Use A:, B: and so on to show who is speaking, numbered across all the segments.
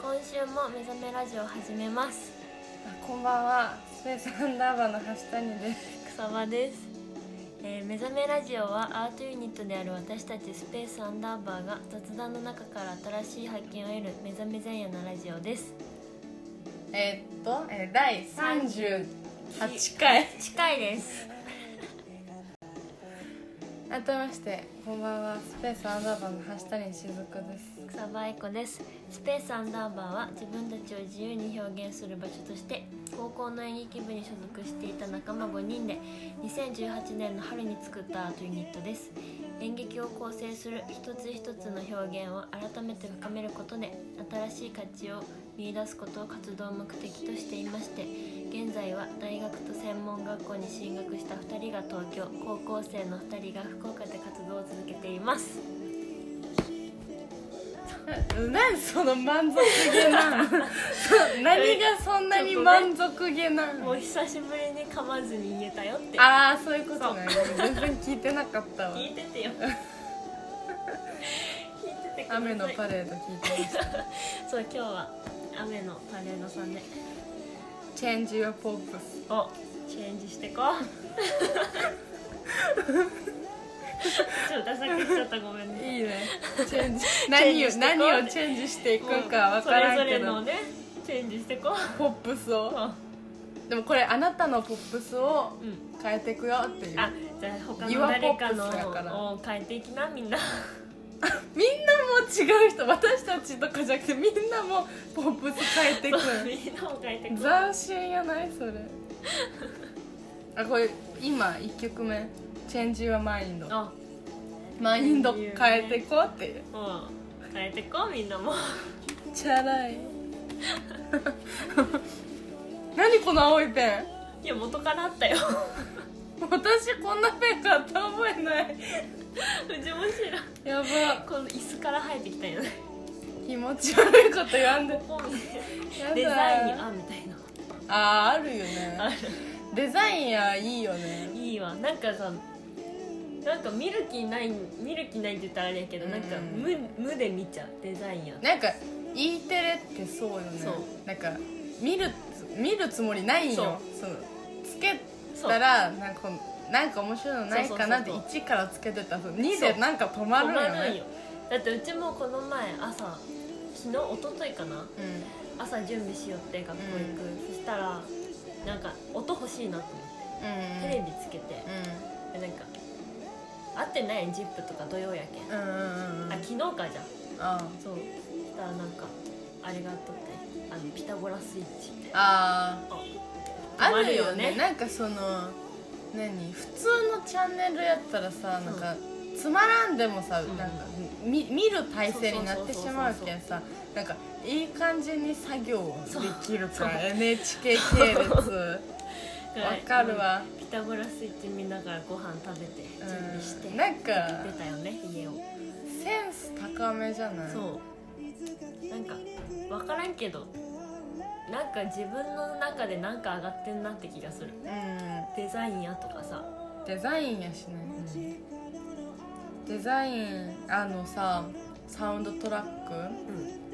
A: 今週も目覚めラジオを始めます
B: あこんばんはスペースアンダーバーの橋谷です
A: 草場です、えー目覚めラジオはアートユニットである私たちスペースアンダーバーが雑談の中から新しい発見を得る目覚め前夜のラジオです
B: えーっと、えー、第38回
A: 近いです
B: 改めましてこんばんはスペースアンダーバーの橋谷しずくです
A: 草場愛子ですスペースアンダーバーは自分たちを自由に表現する場所として高校の演劇部に所属していた仲間5人で2018年の春に作ったアートユニットです演劇を構成する一つ一つの表現を改めて深めることで新しい価値を見出すことを活動目的としていまして現在は大学と専門学校に進学した2人が東京高校生の2人が福岡で活動を続けています
B: 何その満足げなそ 何がそんなに満足げな
A: もう久しぶりに噛まずに言えたよって
B: ああそういうことね全然聞いてなかったわ
A: 聞いててよ聞いててください
B: 雨のパレード聞いてました
A: そう今日は雨のパレードさんで
B: Change your purpose
A: おチェンジしてこ ちょっとダサくしちゃったごめんね
B: いいね Change 何を
A: してこう
B: 何をチェンジしていくかわからん
A: それ
B: け
A: ぞれの
B: ど
A: ねチェンジしてこ
B: ポップスを
A: う
B: でもこれあなたのポップスを
A: うん
B: 変えてくよっていう
A: あじゃあ他の
B: Your
A: 誰か
B: Pops だから
A: のを変えていきなみんな
B: みんなもう違う人私たちとかじゃなくてみんなもポップス変えて
A: み
B: く
A: んなを変えてこ
B: 斬新やないそれあこれ今1曲目「チェンジはマインド」
A: あ
B: マインド変えてこうっていう
A: うん変えてこみんなも
B: チャラい 何この青いペン
A: いや元からあったよ
B: 私こんなペン買った覚えないう
A: ちも知らん
B: やば
A: この椅子から生えてきたんやね
B: 気持ち悪いこと言わんでや
A: ここみたいな
B: だ
A: デザインにあみたいな
B: あーあるよ
A: あ
B: ね
A: る
B: デザインやいいよね
A: いいわなんかさなんか見る気ない見る気ないって言ったらあれやけど、
B: うん
A: なんか無無で見ちゃうデザインや
B: なんか E テレってそうよね
A: そう
B: なんか見る見るつもりないんよそのつけたらなんかこうなんか面白いのないかなって
A: そうそう
B: 1からつけてたら2でなんか止まる
A: 困
B: よね
A: るんよだってうちもこの前朝昨日一昨日かな朝準備しよって学校行く、そしたらなんか音欲しいなと思っ
B: うん
A: てテレビつけて、でなんか合ってない ZIP とか土曜やけん、
B: うんうんうんうんう
A: あ
B: ん
A: 昨日かじゃん
B: あ
A: そうそしたらなんかあれがあっとってあのピタゴラスイッチみたいな
B: あーあ
A: あ
B: るよ
A: あ
B: ね
A: る
B: なんかその何普通のチャンネルやったらさなんか、つまらんでもさ、
A: ん
B: なんかみ見る体制になってしまうけんさなんかいい感じに作業をできるから NHK 系列わかるわ、
A: ピタゴラスイッチ見ながらご飯食べて準備して
B: う
A: 出
B: ん、なんか
A: たよね家を
B: センス高めじゃない
A: そうなんか分からんけどなんか自分の中でなんか上がってんなって気がする
B: うん
A: デザインやとかさ、
B: デザインやしね
A: うん
B: デザインあのさサウンドトラッ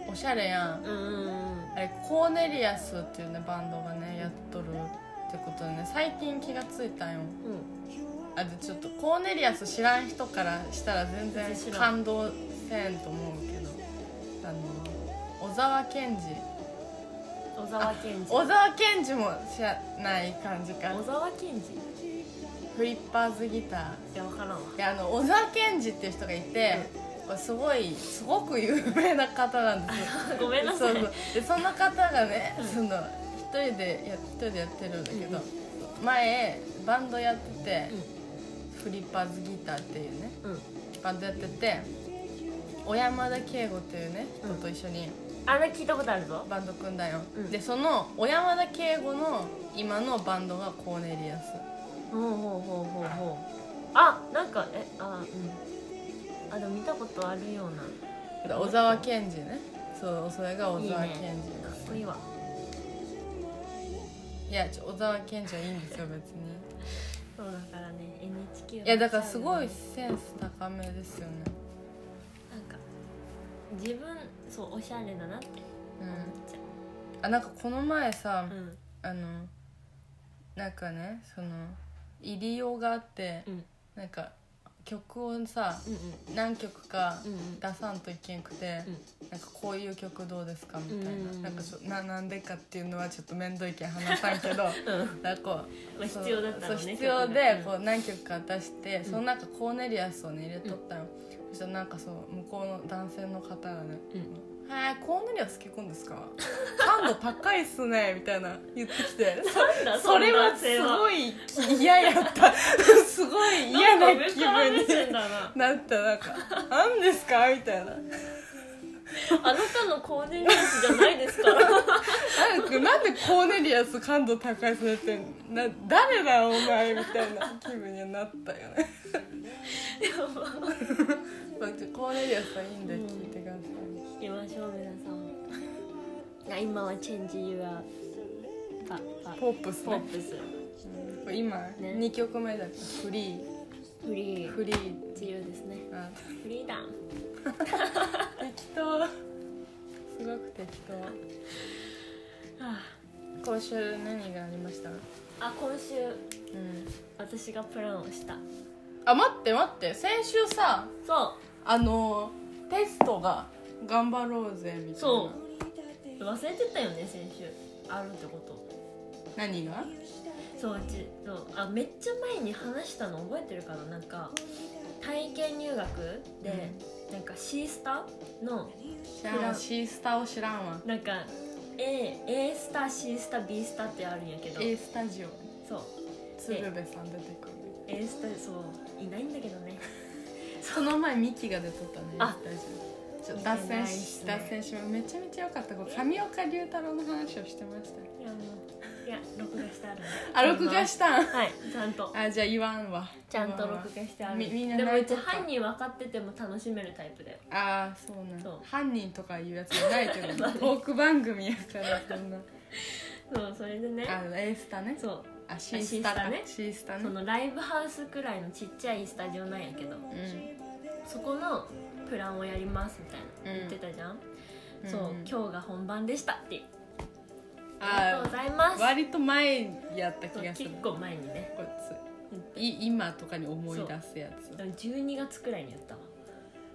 B: クおしゃれやん
A: うん、うんうん
B: あれコーネリアスっていうねバンドがねやっとるってことでね最近気がついたんよ
A: うん
B: あでちょっとコーネリアス知らん人からしたら全然
A: 知らん
B: 感動せんと思うけどあの小沢健二
A: 小沢健二
B: 小沢健二も知らない感じか
A: 小沢健二
B: フリッパーズギター
A: いや分からんわ
B: であの小沢健二っていう人がいてすごいすごく有名な方な んですよ
A: ごめんなさい
B: そうそうでその方がね、
A: うん
B: その一人でや一人でやってるんだけど、前バンドやってて、フリッパーズギターっていうね
A: うんうん
B: バンドやってて小山田圭吾っていうね
A: うん
B: 人と一緒に
A: あれ聞いたことあるぞ
B: バンド組んだよ、
A: うん
B: でその小山田圭吾の今のバンドがコーネリアス
A: ほうほうほうほうほうあなんかえあうんあでも見たことあるような
B: 小沢健二ねそうそれが小沢
A: いい
B: 健
A: ね
B: 二なんですよ
A: かっこいいわ
B: いやちょ小沢健二はいいんですよ別に
A: そうだからね NHK はい
B: やだからすごいセンス高めですよね
A: なんか自分そうおしゃれだなって
B: う
A: 思っちゃ
B: あなんかこの前さ、
A: ううん
B: あのなんかねその入りようがあって、
A: うん
B: なんか曲をさ
A: うん
B: 何曲か
A: うんうん
B: 出さんといけんくて、なんかこういう曲どうですかみたいな,、
A: うん
B: なんかちょななんでかっていうのはちょっと面倒いけん話さんけど
A: うん
B: なんかこう
A: まあ
B: そう
A: 必要だったのね
B: そう必
A: 曲が
B: 要
A: う
B: で
A: ん
B: こう何曲か出して、その中コーネリアスをね入れとったの、そしたらなんかそう向こうの男性の方がね「はいコーネリアス聞くんですか感度高いっすね」みたいな言ってき て
A: なんだ
B: そそれはすごい嫌やったすごい嫌な気分に
A: にだな
B: なったなんか「何ですか?」みたいな。
A: あなたのコーディネートじゃないです から
B: なんかなんでコーネリアス感度高いそれってな誰だお前みたいな気分にはなったよねまあコーネリアスはいいんで
A: うん
B: 聞いてください
A: 聞きましょう皆さん が今はチェンジ・ユア・パ・パ・
B: ポップス
A: ポッ
B: ね
A: プス
B: これ今
A: ね
B: 2曲目だからフリ
A: フリ
B: ー
A: ー
B: フリー
A: 自由ですね
B: あ
A: フリーダン
B: 適当すごく適当今週何がありましたう
A: あ今週
B: ん
A: 私がプランをした
B: あ待って待って先週さ
A: そ
B: あのテストが頑張ろうぜみたいな
A: うそう忘れてたよね先週あるってこと
B: 何が
A: そううちそうあめっちゃ前に話したの覚えてるかななんか体験入学で、なんかシースタの
B: 知らんわシースターを知らんわ
A: なんか A, A スター C スター B スターってあるんやけど
B: A スタジオ
A: そう
B: 鶴瓶さん出てくる
A: A スターそういないんだけどね
B: その前ミキが出とったね
A: あ
B: スタジオちょっと
A: 見
B: 脱
A: てないっ
B: 線し
A: すね
B: 脱線しまめちゃめちゃ良かったこう上岡龍太郎の話をしてました
A: いやもういや録画してあるんで
B: あ録画したん
A: はいちゃんと
B: あじゃあ言わんわ
A: ちゃんと録画してある
B: みみんな
A: でも
B: 泣
A: う
B: いと
A: ち
B: った
A: 犯人分かってても楽しめるタイプだよ
B: ああそうなん
A: そう
B: 犯人とかいうやつじゃないけ どトーク番組やからそんな
A: そうそれでね
B: あ A スタね
A: そう
B: あ C スタか C スタ
A: そ
B: ね
A: のライブハウスくらいのちっちゃいスタジオなんやけど
B: うん
A: そこのプランをやりますみたいな言ってたじゃん、そう、
B: んん
A: 今日が本番でしたっていうありが
B: あ
A: とうございます
B: ー割と前やった
A: そう
B: 気がす
A: 結
B: る
A: 構前にね
B: こいつい今とかに思い出すやつ
A: 12月くらいにやったわ、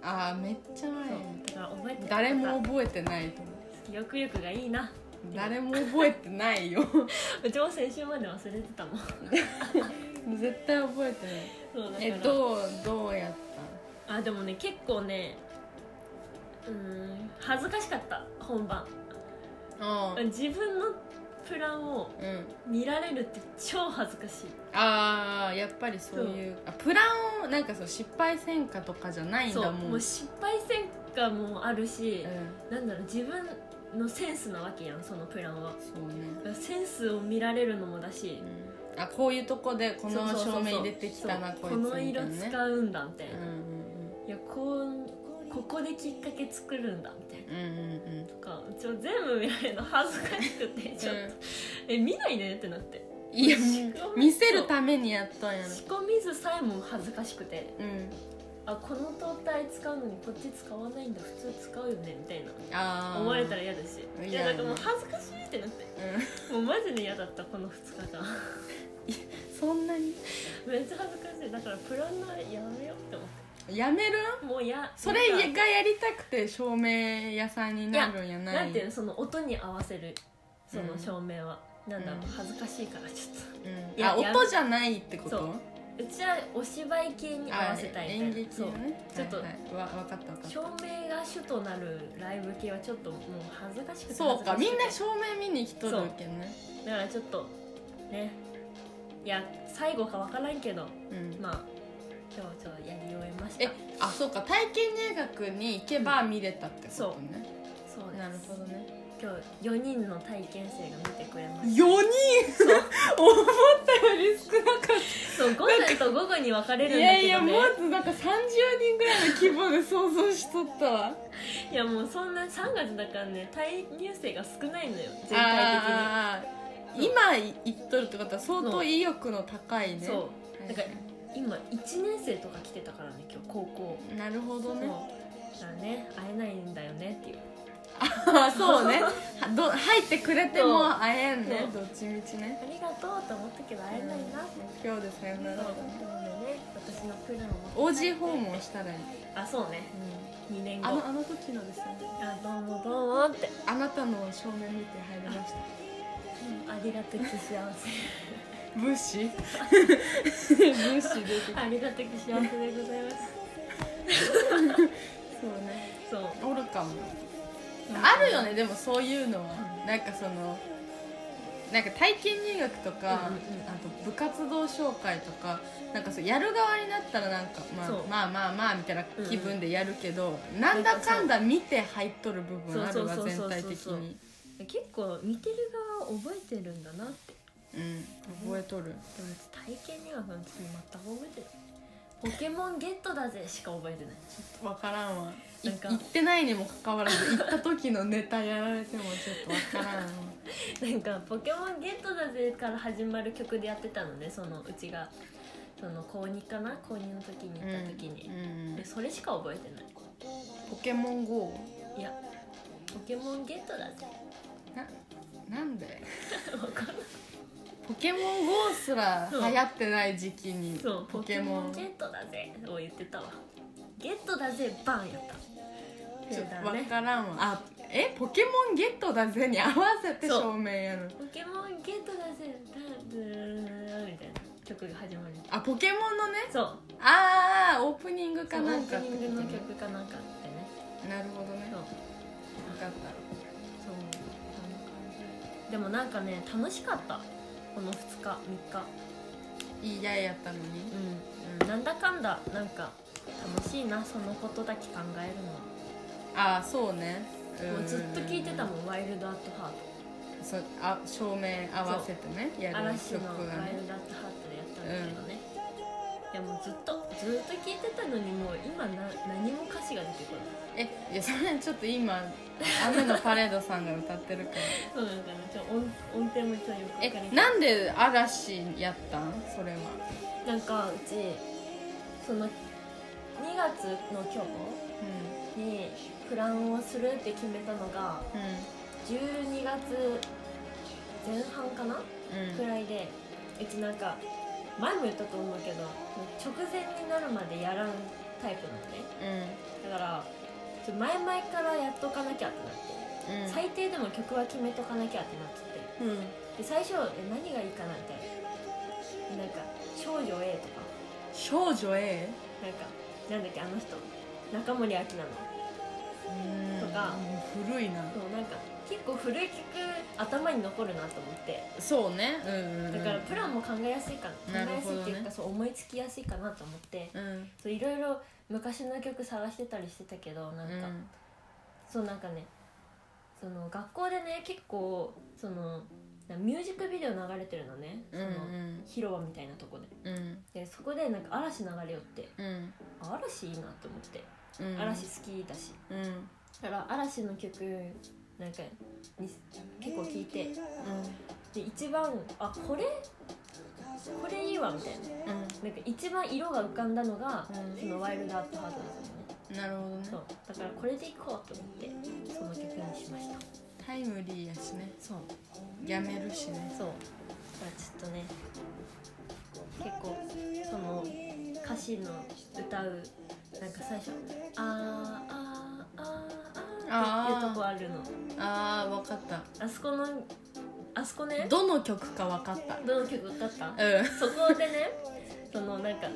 B: ああめっちゃ前
A: そうだから覚えてなかった
B: 誰も覚えてないと思う
A: 記憶力がいいな
B: 誰も覚えてな いよ
A: うちも先週まで忘れてたも んそう
B: 絶対覚えてな
A: だ
B: い
A: から
B: えどうどうやっ
A: あでもね結構ねうーん恥ずかしかった本番
B: たうん
A: 自分のプランを
B: うん
A: 見られるって超恥ずかしい
B: あーやっぱりそういうあプランをなんかそう失敗せんかとかじゃないん
A: そ
B: だ
A: う
B: もん
A: もう失敗せんかもあるし、
B: うん
A: なんだろう自分のセンスなわけやんそのプランは
B: そうね、
A: センスを見られるのもだし、
B: うん、あこういうとこでこ
A: そ
B: の
A: うそうそうそ
B: 照
A: う
B: 明入れてきたな
A: そうこ
B: こいつみ
A: の
B: たいな
A: 色
B: ね
A: 使うんだみたいな、
B: うんうん
A: いやこうここできっかけ作るんだみたいな
B: うんうんうんうん
A: とかうちも全部見られるの恥ずかしくてちょっと、え見ないねってなって
B: いや
A: そう
B: 見せるためにやったんやろ
A: 仕込み図さえも恥ずかしくて
B: うん
A: あこの灯体使うのにこっち使わないんだ普通使うよねみたいな
B: ああ
A: 思われたら
B: うん
A: 嫌だしい
B: 嫌
A: や
B: や
A: な
B: ね
A: んかもう恥ずかしいってなってもうマジで嫌だったこの2日間
B: そんなに
A: めっちゃ恥ずかしいだからプランナーやめようって思っ
B: やめる
A: てもうや
B: それが
A: なんか
B: やりたくて照明屋さんになるんやない
A: なんていうのその音に合わせるその照明は、なんだろう
B: うん
A: 恥ずかしいからちょっ
B: うん
A: いや
B: あ
A: や
B: 音じゃないってこ
A: そ
B: と
A: とうちはお芝居系に合わせたいみたい
B: 演
A: な
B: 劇
A: そ
B: の
A: う
B: ね
A: そうちょっと
B: はいはいわ分かった分かっ
A: 照明が主となるライブ系はちょっともう恥ずかしく
B: た
A: て
B: そうか
A: 恥
B: み
A: ず
B: んな
A: し
B: 照明見に来とるけんね
A: くてだからちょっとねいや最後かわからんけど
B: うん
A: まあ今日ちょっとやり終えました
B: えあそうか体験入学に行けば見れたってこ
A: そ
B: とね
A: そうです
B: なるほどね
A: 今日4人の体験生が見てくれま
B: 4
A: し
B: 人思ったより少なかった
A: たそう午前と午後に分かれるんだけど、ね、
B: いやいやもうなんか30人ぐらいの規模で想像しとったわ
A: いやもうそんな3月だからね退入生が少ないのよ全体
B: あー今行っとるってことは相当意欲の高
A: 的
B: いね
A: にそううなんか今1年生とか来てたからね今日高校
B: なるほど
A: そう
B: ね
A: だからね会えないんだよねっていう
B: あ そうねはど入ってくれて
A: そう
B: も会えんね
A: そ
B: どっちみちね
A: ありがとうと思ったけど会えないなって
B: 今日ですねなるほど
A: なのでね私のプランを
B: OG 訪問したらいい、
A: あそうね2年後
B: あのあの時のですよね
A: あどうもどうもって
B: あなたの正面見て入りました
A: ありがたき幸せ
B: 武士武士出てきた
A: ありがたき幸せでございます
B: そうね
A: そう
B: おるかもあるよねでもそういうのは、なんかそのなんか体験入学とか、
A: うんうん
B: あと部活動紹介とかなんかそうやる側になったらなんか、まあ
A: そう、
B: まあまあまあみたいな気分でやるけど、なんだかんだ見て入っとる部分あるわ
A: そうそう
B: 全
A: そうそう
B: 体的に、
A: 結構見てる側は覚えてるんだなって
B: うん、覚えとる
A: でもうち体験入学の時全く覚えてないポケモンゲットだぜしか覚えてない
B: 分からんわい
A: なんか
B: 行ってないにもかかわらず行った時のネタやられてもちょっと 分からんわ
A: なんか「ポケモンゲットだぜ」から始まる曲でやってたのねそのうちがその高2かな高2の時に行った時に、
B: うん
A: でそれしか覚えてない
B: ポケモン GO
A: いや「ポケモンゲットだぜ
B: なな んでポケモン GO すら流行ってない時期」に
A: そう「
B: ポ
A: ポケ
B: ケモ
A: モ
B: ン
A: ンゲットだぜ」を言ってたわ「ゲットだぜバン」やった
B: ち
A: そ
B: ょ
A: う
B: っ
A: だ
B: と分
A: ね
B: からんわあえポケモンゲットだぜに合わせて
A: そう
B: 正面やる
A: 「ポケモンゲットだぜバン」ブーみたいな曲が始まる
B: あポケモンのね
A: そう
B: ああオープニング
A: そ
B: か
A: うオ
B: なん
A: ープ
B: か
A: ニングの曲かなんかあってね
B: なるほどね
A: そう
B: 分かった
A: そうあの感じでもなんかね楽しかったこの2日3日
B: いいややったのに
A: うん、なんだかんだなんか楽しいなそのことだけ考える
B: ああそうね
A: のもうずっと聞いてた
B: ん
A: もん「ワイルド・アット・ハート
B: そうあ照明合わせてね」やる
A: 嵐
B: 曲
A: の「ワ
B: が
A: イ
B: ね
A: ルド・アット・ハート」でやったんだけどね、いやもうずっとずっと聞いてたのにもう今な何も歌詞が出てこない
B: えいやそれちょっと今雨のパレードさんが歌ってる から
A: そうなんかなちょ音音程もちょっとよくわから
B: え
A: ん
B: なんで嵐やったんそれは
A: なんかうちその2月の今日
B: う
A: にプランをするって決めたのが
B: ん
A: 12月前半かな
B: うん
A: くらいでうちなんか前も言ったと思うけど直前になるまでやらんタイプなのね
B: う
A: だからちょ前々からやっとかなきゃってなって、
B: んうん
A: 最低でも曲は決めとかなきゃってなってて
B: うん
A: で最初え何がいいかなみたいななんか少女 A とか
B: 少女 A
A: なんかなんだっけあの人中森明菜の
B: うん
A: とか
B: 古い
A: そ
B: な
A: うなんか結構古い曲頭に残るなと思って
B: そうねうんうん
A: だからプランも考えやすいかな、
B: な
A: 考
B: る
A: えやす
B: ほど
A: い
B: ね
A: っていうかそう思いつきやすいかなと思って
B: うん
A: そういろいろ昔の曲探してたりしてたけどなんか、
B: うん
A: そうなんかねその学校でね結構そのなミュージックビデオ流れてるのね、
B: うんう
A: その
B: ん
A: 広場みたいなとこで
B: うん
A: でそこでなんか嵐流れよって
B: うん
A: あ嵐いいなと思って、
B: うん
A: 嵐好きだし
B: うんうん
A: だから嵐の曲なんかに結構聴いてで一番あこれこれいいわみたいな
B: う
A: なんか一番色が浮かんだのが、
B: うん
A: そのワイルドアットハートですよね
B: んなるほど
A: そ
B: ね
A: うだからこれでいこうと思ってその曲にしました
B: タイムリーやしね
A: そう
B: やめるしね
A: そうだからちょっとね結構その歌詞の歌うなんか最初「あーあーあーあー」っていうとこあるの
B: ああ分かった
A: あそこのあそこね
B: どの曲か分かっ
A: どの曲歌った
B: たうん
A: そこでねそのなんか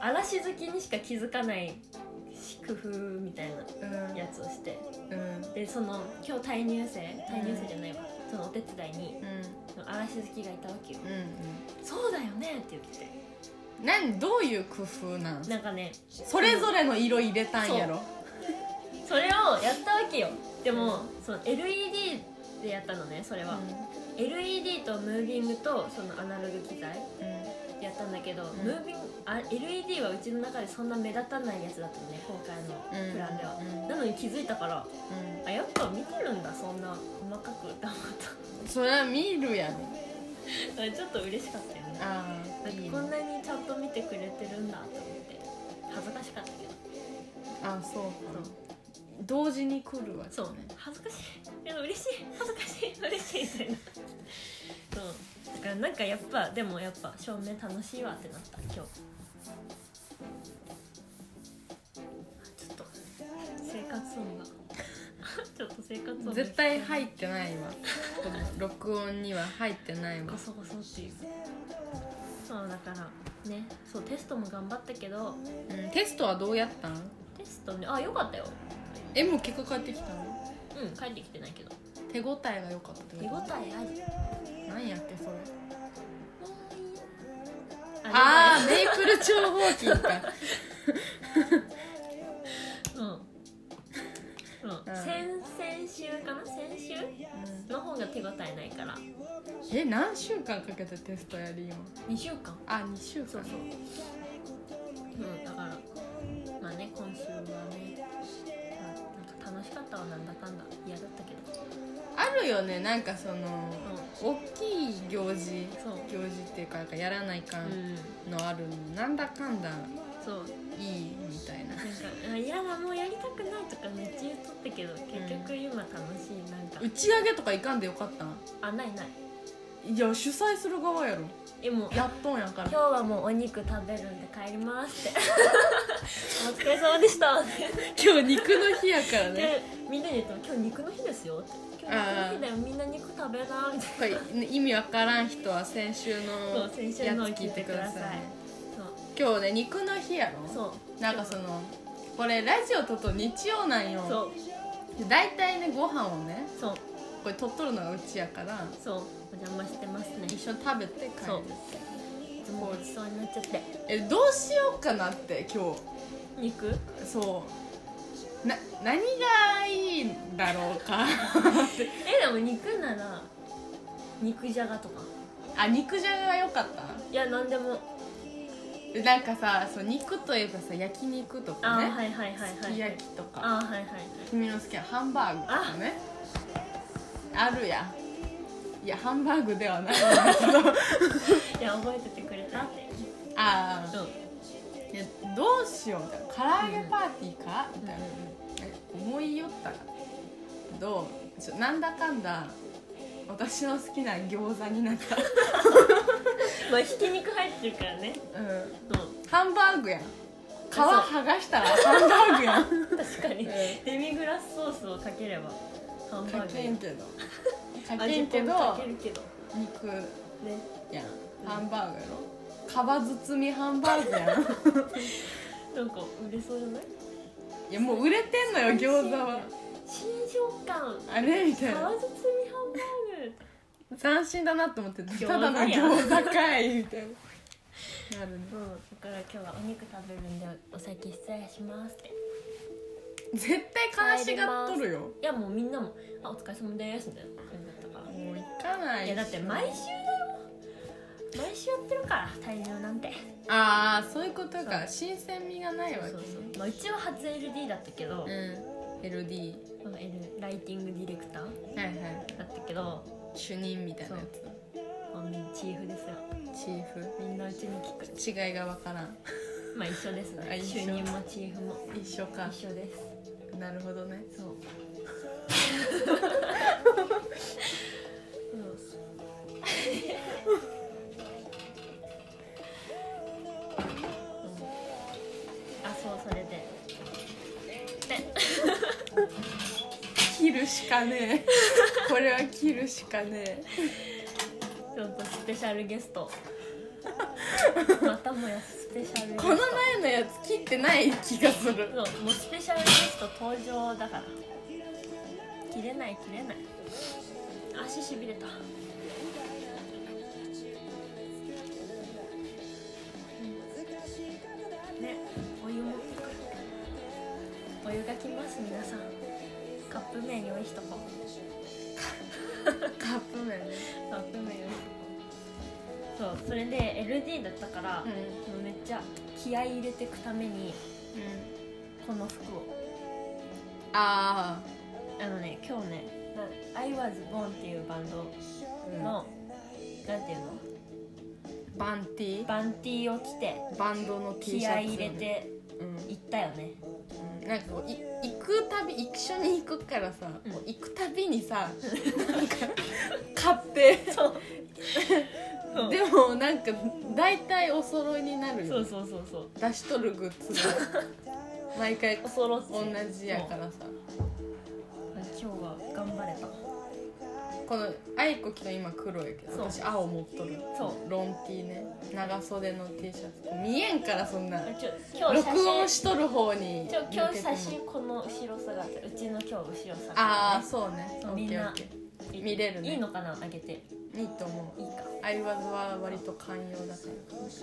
A: 嵐好きにしか気づかない工夫みたいな
B: うん
A: やつをして
B: うん
A: でその今日退入生退入生じゃないわ、そのお手伝いに
B: う
A: その嵐好きがいたわけよ
B: ん
A: 「そうだよね」って言って
B: うん何どういう工夫なん
A: なんかね
B: それぞれの色入れたんやろ
A: それをやったわけよでもその LED でやったのねそれは、LED とムービングとそのアナログ機材
B: うん
A: やったんだけど、
B: ん
A: ムービングあ LED はうちの中でそんな目立たないやつだったのね今回のプランでは、
B: うん
A: なのに気づいたから
B: うん
A: あやっぱ見てるんだそんな細かく歌ま
B: うんそれは見るやろ
A: たちょっと嬉しかったよね
B: あ
A: な
B: あ
A: んか
B: いい
A: こ
B: ね
A: んなにちゃんと見てくれてるんだと思って恥ずかしかったけど
B: あそうか
A: そう
B: 同時に来るわけね
A: そう恥ずかしいでも嬉しい恥ずかしい嬉しいみたいなそうだからなんかやっぱでもやっぱ照明楽しいわってなった今日あちょっと生活音が ちょっと生活音が
B: 絶対入ってないわこの録音には入ってないわ
A: ゴソゴソっていうそうだからねそうテストも頑張ったけど
B: うんテストはどうやったん
A: テストねあよかったよ
B: えもう結果返ってきたの
A: うん帰ってきてないけど
B: 手応えが良かったってこ
A: 手応えあり
B: となんやっけそれ
A: あ
B: ああメイプル超合金か
A: でもうん、うん、
B: うん
A: 先先週かな先週の方が手応えないから
B: え何週間かけてテストやりよ
A: 2週間
B: あ2週間
A: そうそううんだからまあね今週はね、まあ、なんか楽しかったわなんだかんだ嫌だったけど
B: あるよねなんかその
A: う
B: 大きい行事
A: んそう
B: 行事っていうかなんかやらないか
A: うんん
B: のあるのなんだかんだ
A: そう
B: いいみたいな
A: なんかあ「嫌だもうやりたくない」とかめっちゃ言っとったけど結局今楽しいなんか
B: 打ち上げとか行かんでよかったん
A: あないない
B: いや主催する側やろ
A: えもう
B: やっとんやか
A: 今日はもうお肉食べるんで帰りますって お疲れ様でしたって
B: 今日肉の日やか らね
A: でみんなに言っても「今日肉の日ですよ」って「今日肉の日だよみんな肉食べな」みたいな
B: これ意味わからん人は先週
A: そ
B: の
A: う先週の
B: や
A: を
B: つ聞
A: 聞
B: い
A: い
B: て
A: て
B: く
A: く
B: だ
A: だ
B: さ
A: さ
B: い
A: い
B: 今日ね肉の日やろ
A: そうそう
B: なんかそのこれラジオとと日曜なんよ
A: そう
B: で大体ねご飯をね
A: そう
B: これ取っとるのがうちやから
A: そうお邪魔してますね
B: 一緒に食べて帰る
A: そういつもごちそうになっちゃって
B: えどうしようかなって今
A: 肉
B: 日そうな何がいいんだろう か
A: えでも肉なら肉じゃがとか
B: あ肉じゃがが良かった
A: いや何でも
B: でなんかさそう肉といえばさ焼き肉と
A: あ
B: か
A: ー、
B: ね、
A: はいはいはい
B: す
A: は
B: き
A: い
B: 焼きとか
A: あーはいはいはい
B: 君の好きなハンバーグとかねあるやいやハンバーグではない
A: いや覚えててくれたって
B: ああ
A: そう
B: いやどうしようみたいな唐揚げパーティーか、
A: うん
B: み
A: うん
B: たいな、
A: う
B: 思いよったどうちょなんだかんだ私の好きな餃子になった、
A: んまあひき肉入ってるからね
B: うん、
A: そう
B: ハンバーグやん皮剥がしたらハンバーグやん
A: 確かに
B: うん
A: デミグラスソースをかければハン
B: か
A: バーグ
B: けんけどかけ
A: 味
B: んけ
A: ぽん
B: ど
A: かけるけど
B: 肉
A: ね
B: やん
A: うん
B: ハンバーグやろ皮包みハンバー グやん
A: なんか売れそうじゃない
B: いやもう売れてんのよ餃子 は
A: 新食感
B: あれみ
A: 皮
B: た
A: 包み
B: い
A: ハ
B: な
A: ンバーグ
B: 斬新だなと思ってた
A: 餃子
B: ただの
A: やん
B: 餃子かいみたいななるね
A: うんだから今日はお肉食べるんでお先失礼しますって
B: 絶対悲しがっとるよ
A: いやもうみんなも「あお疲れ様です」みたいな感じだったから
B: もう行かない
A: いやだって毎週だよ毎週やってるから大量なんて
B: ああそういうことか新鮮味がないわ
A: そう
B: け
A: そう
B: ね
A: そう、まあ、うちは初 LD だったけど、
B: うん LD
A: まあ L ライティングディレクター
B: はいはい
A: だったけど、
B: 主任みたいなや
A: まあ、みんチーフですよ
B: つチー
A: みんなうちに聞く
B: フ違いがわからん
A: まあ一緒です
B: あ
A: ね
B: 一緒
A: 主任もチーフも
B: 一緒か
A: 一緒です
B: なるほどね
A: そうあそうそれでで
B: 切るしかねえこれは切るしかね
A: ちょっとスペシャルゲス トまたもやスペシャルゲス
B: えこ
A: ト
B: の前のやつ切ってない気がする
A: そうもうスペシャルゲスト登場だから切れない切れない足しびれたうんねお湯持ってくるお湯がきます皆さんカップ麺用意しとこう
B: カップ麺ね
A: カップ麺用意しとこうそうそれで LD だったから、
B: うん
A: もうめっちゃ気合い入れてくためにこの服を
B: あ
A: あのね今日ね「I was born」っていうバンド
B: あ、
A: の、なんていうの
B: バンティ
A: バンティーを着て
B: バンドの T シャツ
A: 気合い入れて
B: うん
A: 行ったよね
B: うんなんかこうい行くくたび一緒に行くからさ、
A: うん
B: こう行くたび にさ、なんか買って
A: そうそう
B: でもなんか大体お揃いになるよ
A: そ
B: ね
A: うそうそうそう
B: 出しとるグッ ズが毎回
A: 恐ろしい
B: 同じやからさ
A: 今日は頑張れた
B: この愛子着た今黒やけど
A: そう
B: 私青持っとる
A: そ
B: ロン T ね長袖の T シャツ見えんからそんな
A: ちょ今日写
B: 録音
A: 真
B: しとる方に
A: ちょ今日
B: 向けても
A: 写真この後ろ姿うちの今日後ろ姿、
B: ああそうね
A: そう
B: オッケ
A: みん
B: ー
A: な
B: オッケー見れるね
A: いいのかなあげて
B: いいと思う
A: いいか
B: アイワズは割と寛容
A: だ
B: だから
A: か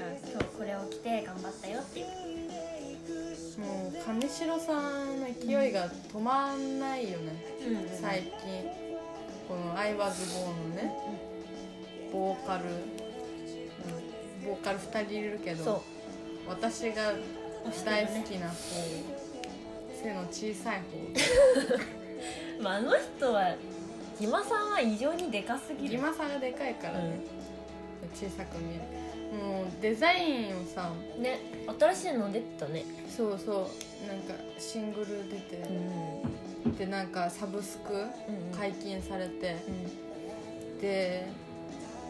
A: ら今日これを着て頑張ったよっていう
B: もう上白さんの勢いが止まんないよね、最近このアイワズボーのねボーカル、うん、ボーカル2人いるけ
A: そ
B: ど私が
A: う押して
B: 大
A: る
B: 好
A: ね
B: きな方背の小さい方
A: まああの人はギマさんは異常にでかすぎ
B: ギ
A: る
B: マさんがでかいからね、小さく見えるもうデザインをさ
A: ね新しいの出てたね
B: そうそうなんかシングル出
A: う
B: て、
A: んうん
B: でなんかサブスク
A: うん
B: 解禁されて、
A: うん
B: で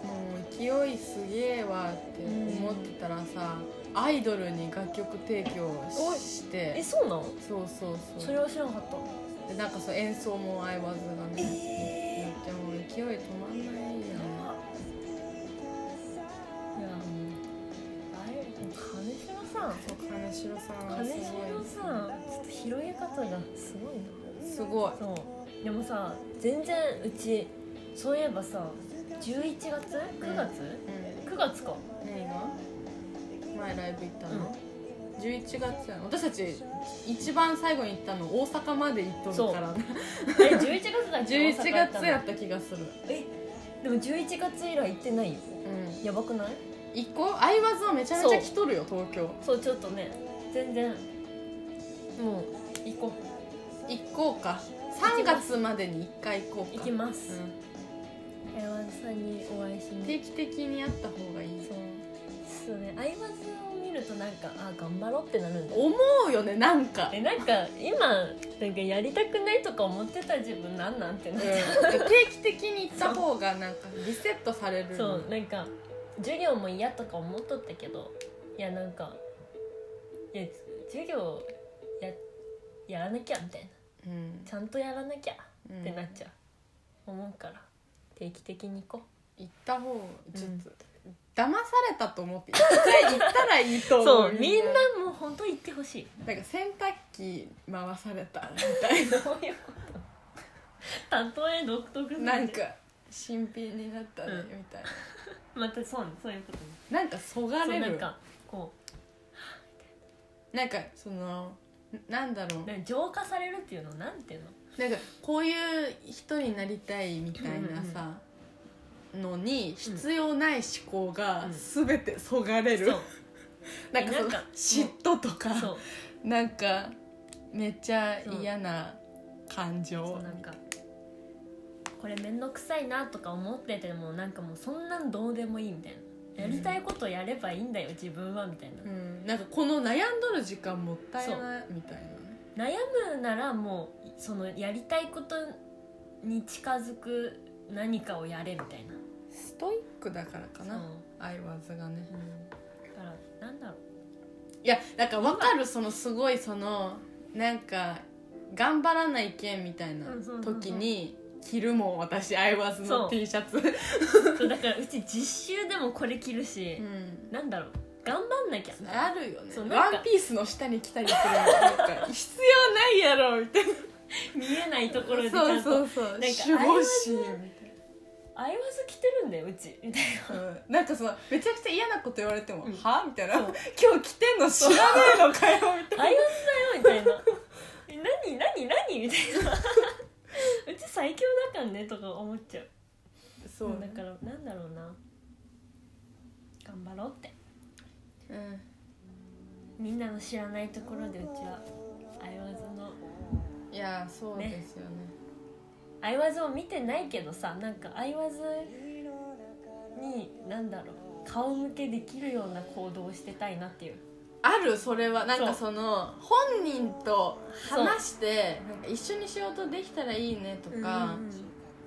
B: もう勢いすげえわって思ってたらさ、アイドルに楽曲提供
A: おい
B: して
A: えそうなの
B: そうそう
A: そ
B: そう
A: れは知らなかった
B: でなんかそう演奏も相わずがねでもう勢い止まんないよね
A: いやもうあれ金城さん
B: そう金城さんは
A: 金
B: す
A: 城さんちょっと広げ方がすごいな
B: ごいすごい
A: そうでもさ全然うちそういえばさ11月9月、
B: う
A: 9月か
B: ん何が前ライブ行ったの、11月やの私たち一番最後に行ったの大阪まで行っとるからね
A: え11月 だっけ
B: 11月や
A: っ
B: った気がする
A: えでも11月以来行ってないよ
B: うん
A: やばくない
B: 一個アイワズはめちゃめちゃ来とるよ東京
A: そうちょっとね全然もう行こ
B: 行こうか3月までに1回行こ
A: う
B: う
A: 行
B: か
A: きま
B: う
A: す
B: ん
A: 台湾、さんにお会いしに
B: 定期的にやった方がいい
A: そうそうね相葉を見るとなんかあ頑張ろうってなるんだ
B: 思うよねなんか、
A: えなんか今なんかやりたくないとか思ってた自分なんなんて
B: うん
A: な、
B: 定期的に行った方がなんかリセットされ る
A: そうなんか授業も嫌とか思っとったけどいやなんかいや授業ややらなきゃみたいな
B: うん
A: ちゃんとやらなきゃ
B: うん
A: ってなっちゃう、思うから定期的に行こ
B: 行った方ちょっ
A: うん
B: と、騙されたと思って一回行ったらいいと
A: う
B: 思う
A: そうみんなもう本当行ってほしい
B: なんか洗濯機回されたみたい な
A: どういうこと例え独特すぎる
B: なんか新品になったね、
A: うん
B: みたい
A: またそうねそういうことね
B: ななんかそが
A: そう
B: れる
A: なんかこ
B: なんかそのななんだろう
A: うなんか浄化されるっていうのなんていうの
B: なんかこういう人になりたいみたいなさのに必要ない思考が全てそがれる、
A: そう
B: なんかそ
A: な
B: の
A: んか
B: 嫉妬とか
A: そう
B: なんかめっちゃ
A: そう
B: 嫌な感
A: そ
B: 情
A: うなんかこれ面倒くさいなとか思っててもなんかもうそんなんどうでもいいみたいなやりたいことやればいいんだよ自分はみたいな
B: うん、なんかこの悩んどる時間もったいないみたいなね
A: 悩むならもうそのやりたいことに近づく何かをやれみたいな
B: ストイックだからか
A: そう、
B: なアイワズがね
A: うん、だからなんだろう
B: いやなんかわかるそのすごいそのなんか頑張らないけんみたいな
A: うんそうそうそう
B: 時に着るもん私アイワズ
A: そ
B: の
A: う
B: T シャツ
A: そうだからうち実習でもこれ着るし、
B: うん
A: なんだろう頑張んなきゃみたいな
B: あるよね
A: そう
B: ワ
A: なんか
B: ンピースの下に着たりするのなん か必要ないやろみたいな
A: 見えないところでちゃ
B: そう
A: と
B: んそうそう
A: なんか
B: 守護神み
A: アイマス着てるんだよう ちみたい
B: たいな、うん、なんかそのめちゃくちゃ嫌なこと言われても「
A: うん
B: は?」みたいな「
A: そう
B: 今日着てんの知らねえのかよ」みたい
A: なアイマスだよみたいなえ何何何みたいな うち最強だからねとか思っちゃう
B: なそう
A: だからなんだろうな頑張ろうって
B: うん
A: みんなの知らないところでうちはアイワズの
B: いやそうですよね
A: アイワズを見てないけどさなんかアイワズになんだろう顔向けできるような行動をしてたいなっていう
B: あるそれはなんかその本人と話してなんか一緒に仕事できたらいいねとか
A: うん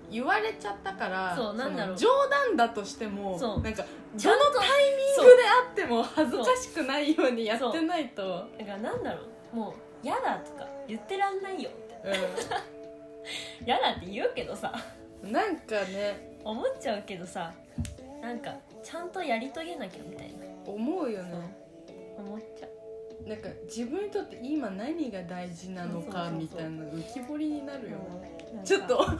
B: 言われちゃったから
A: そうなんだろう
B: その冗談だとしても
A: そう
B: なんか
A: ち
B: ど
A: ゃん
B: の
A: と
B: タイミングであっても恥ずかしくないようにやってないと
A: だからなんだろうもう「嫌だ」とか言ってらんないよって「嫌だ」って言うけどさ
B: うんなんかね
A: 思っちゃうけどさなんかちゃんとやり遂げなきゃみたいな
B: 思うよね
A: 思っちゃう
B: なんか自分にとって今何が大事なのかみたいな浮き彫りになるよね
A: なんか
B: ちょっと思っ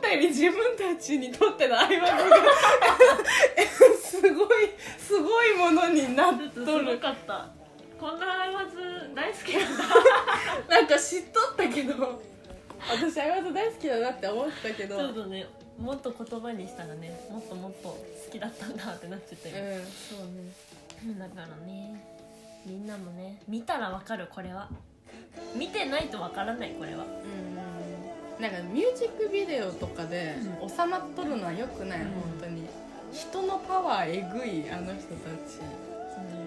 B: たより自分たちにとっての相葉君が すごいすごいものになっ
A: ちょっと
B: と
A: すご
B: る
A: かったこんなアイマズ大好きなんだ
B: なんか知っとったけど私相葉君大好きだなって思ったけど
A: ちょっとねもっと言葉にしたらねもっともっと好きだったんだってなっちゃった
B: うん
A: よ、
B: そうね
A: だからねみんなもね見たらわかるこれは見てないとわからないこれは
B: うんなんかミュージックビデオとかで
A: う
B: 収まっとるのはよくない、
A: うん
B: 本当に人のパワーえぐいあの人たち
A: その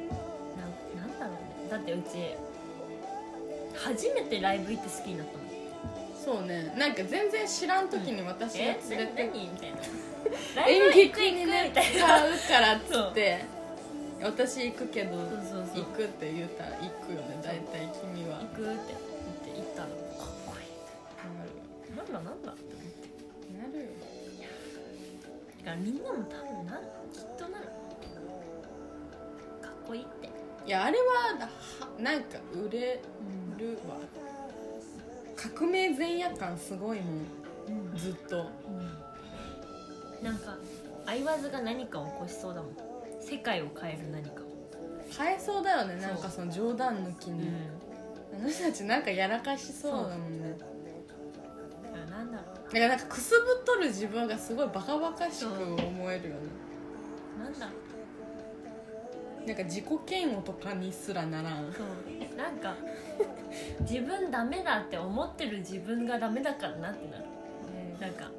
A: なんなんだろうねだってうち初めてライブ行って好きになったもん
B: そうねなんか全然知らん時に私が連
A: え
B: れてって
A: 何みたいな ライブ
B: 演
A: 行く
B: 劇にね
A: 行くみたいな
B: 買うからっつって私行くけど
A: そうそうそう
B: 行くって言うたら行くよね大体君は
A: 行くって言って行ったのかっこい
B: なる
A: いなんだなんだって思って
B: よなるよ
A: だからみんなも多分なきっとなるかっこいいって、
B: いやあれははなんか売れ
A: う
B: るわ革命前夜感すごいもん
A: んうん
B: ずっと
A: なんか相わずが何かを起こしそうだもん世界を変える何かを、
B: 変えそうだよねなんかその冗談抜きに、あの人たちなんかやらかしそうだもんね
A: だからなんだろ
B: だからなんかくすぶっとる自分がすごいバカバカしく思えるよね
A: うなんだろ
B: なんか自己嫌悪とかにすらならん
A: うそうなんか自分ダメだって思ってる自分がダメだからなってなるなんか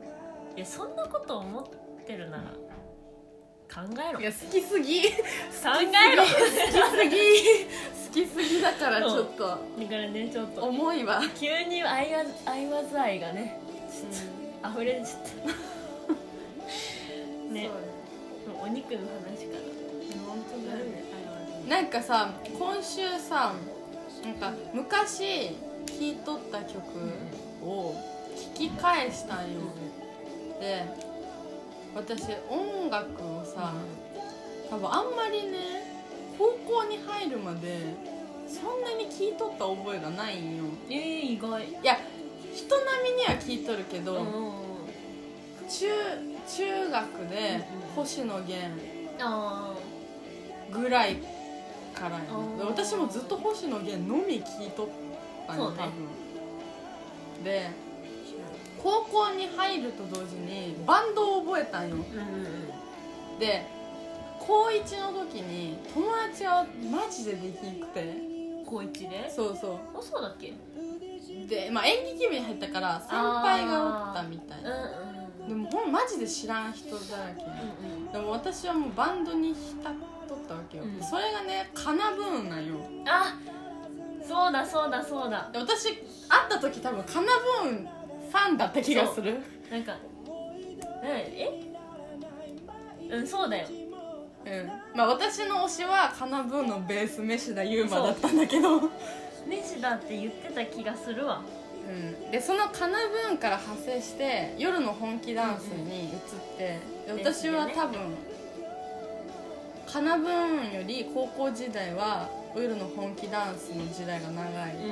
A: いやそんなこと思ってるなら考えろ考
B: いや好きすぎ好
A: えろ
B: きすぎ好きすぎだからちょっと
A: だからねちょっと
B: 重いわ
A: 急に相わず相わず愛がね 溢れちゃったねお肉の話から
B: 本当だよねなんかさ今週さなんか昔聴いとった曲を聴き返したんよで私音楽をさ多分あんまりね高校に入るまでそんなに聴いとった覚えがないんよ
A: ええ意外
B: いや人並みには聴いとるけど、中中学で星野源
A: あ
B: ぐらいからやな
A: あー
B: 私もずっと星野源のみ聞いとったんよ
A: そうね
B: 多分で高校に入ると同時にバンドを覚えたんよ
A: うんうん
B: で高1の時に友達はマジでできんくて
A: 高一で
B: そうそ
A: あそうだっけ
B: うでまあ演劇部に入ったから先輩がおったみたい
A: うんう
B: なんでもほんまマジで知らん人だらけ
A: うん
B: でも私はもうバンドに浸っとったわけよ、
A: うん
B: それがねカナブーンなんよ
A: うんあそうだそうだそうだ
B: で私会った時多分カナブーンファンだった気がする
A: なんかうんえうんそうだよ
B: うんまあ私の推しはカナブーンのベース飯田悠馬だったんだけどう、
A: メシだって言ってた気がするわ
B: ん、でそのカナブーンから派生して夜の本気ダンスに移って、
A: ん
B: で私は多分カナブーンより高校時代は夜の本気ダンスの時代が長い、
A: う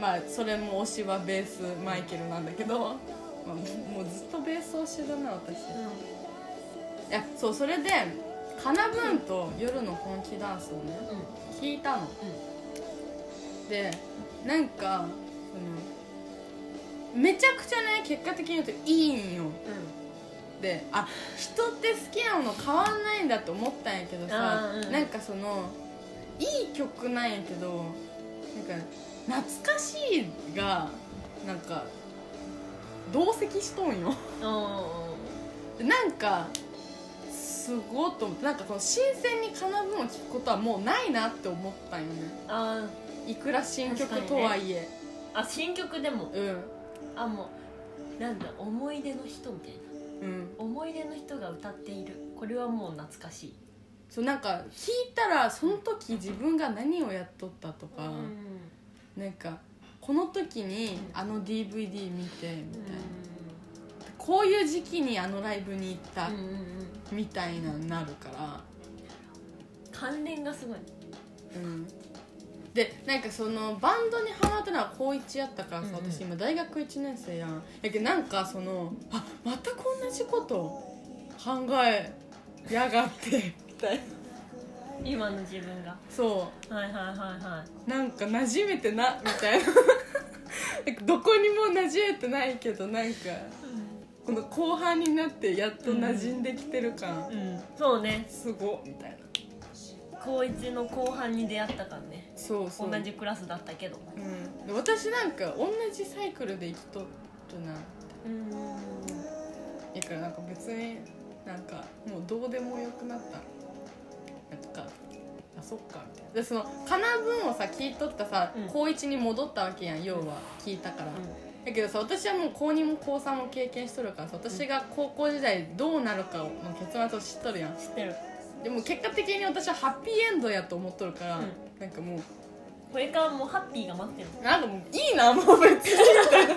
B: まあそれも推しはベースマイケルなんだけど、まあ、もうずっとベース推しだな私、いやそうそれでカナブーンと夜の本気ダンスをね
A: うん
B: 聞いたの、でなんかそのめちゃくちゃね結果的に言うといいんよ
A: う
B: であ人って好きなもの変わんないんだと思ったんやけどさ、
A: あーうん
B: なんかそのいい曲なんやけどなんか懐かしいがなんか同席しとん
A: んう
B: よ
A: んうん
B: でなんかすすごっと思ってなんかこの新鮮に奏ぶのを聞くことはもうないなって思ったんよね
A: あ
B: いくら新曲とはいえ、
A: ーあ新曲でもあもうなんだ思い出の人みたいな
B: うんうん
A: 思い出の人が歌っているこれはもう懐かしい
B: そうなんか聞いたらその時自分が何をやっとったとか、
A: うん
B: なんかこの時にあの DVD 見てみたいな、こういう時期にあのライブに行った
A: うんうんうん
B: みたいなのになるから、
A: 関連がすごい
B: うん、でなんかそのバンドにハマったのは高1やったからさ、
A: うんうん
B: 私今大学1年生やんやけどなんかそのあまたこんなじこと考えやがってみたいな
A: 今の自分が
B: そう
A: はいはいはいはい
B: なんか馴染めてなみたいな なんかどこにも馴染めてないけどなんかこの後半になってやっと馴染んできてる感、
A: うんそうね
B: すごっみたいな
A: 高一の後半に出会ったからね
B: そうそ
A: 同
B: う、
A: じクラスだったけど
B: うん、で私なんか同じサイクルで生きとるな
A: うん
B: だからなんか別になんかもうどうでもよくなったなんかあそっかみたいなでそのかな文をさ聞いとったさ、
A: うん
B: 高1に戻ったわけやん要は聞いたから、だけどさ私はもう高2も高3も経験しとるからさ私が高校時代どうなるかの結末を知っとるやん
A: 知ってる
B: でも結果的に私はハッピーエンドやと思っとるから、
A: うん
B: なんかも
A: これからもうハッピーが待ってる
B: うなんかもういいなもう別にみたい な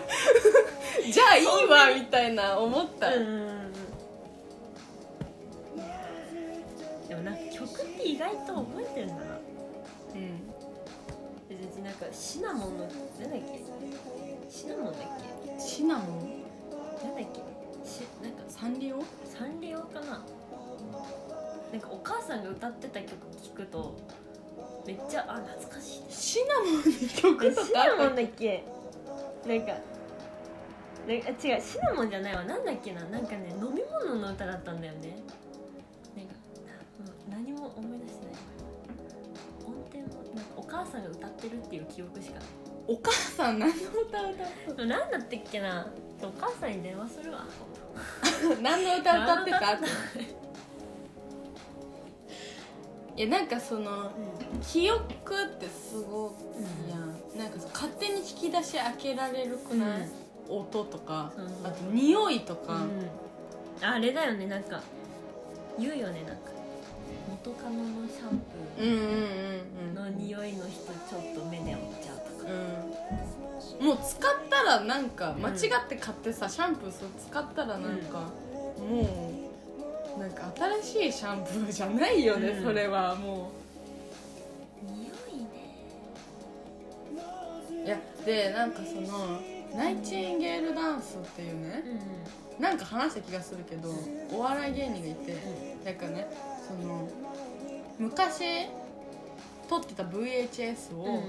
B: じゃあいいわみたいな思った、
A: うんでもなんか曲って意外と覚えてるんだな
B: うん
A: 別になんかシナモンのなんだっけシナモンだっ
B: シナモン
A: けなんだっけしなんか
B: サンリオ
A: サンリオかななんかお母さんが歌ってた曲聞くとめっちゃあ懐かしい
B: シナモンに曲と
A: シ
B: かあ
A: ナ
B: る
A: モンだっけなんかなんかあ違うシナモンじゃないわなんだっけななんかね飲み物の歌だったんだよねなんかもう何も思い出してない音程もなんかお母さんが歌ってるっていう記憶しかない
B: お母さん何の歌歌っ
A: でも何だったっけなちょっとお母さんに電話するわ
B: た 何の歌歌ってた
A: 何の歌
B: いやなんかそ
A: う
B: の
A: ん
B: 記憶ってすごいやん、なんか勝手に引き出し開けられるくない、音とか
A: そうそう
B: あと匂いとか、
A: うん、あれだよねなんか言うよねなんか元カノのシャン
B: う
A: プ
B: ん、うんうん
A: ー
B: うん
A: の匂いの人ちょっと目で追っちゃうとか、
B: うんもう使ったらなんか間違って買ってさシャンプーそう使ったらなんか、もうなんか新しいシャンプーじゃないよね、
A: うん
B: それはも
A: 匂いね
B: ういやでなんかそのナイチンゲールダンスっていうね
A: うん
B: なんか話した気がするけどお笑い芸人がいて、なんかねその昔撮ってた VHS
A: うん
B: を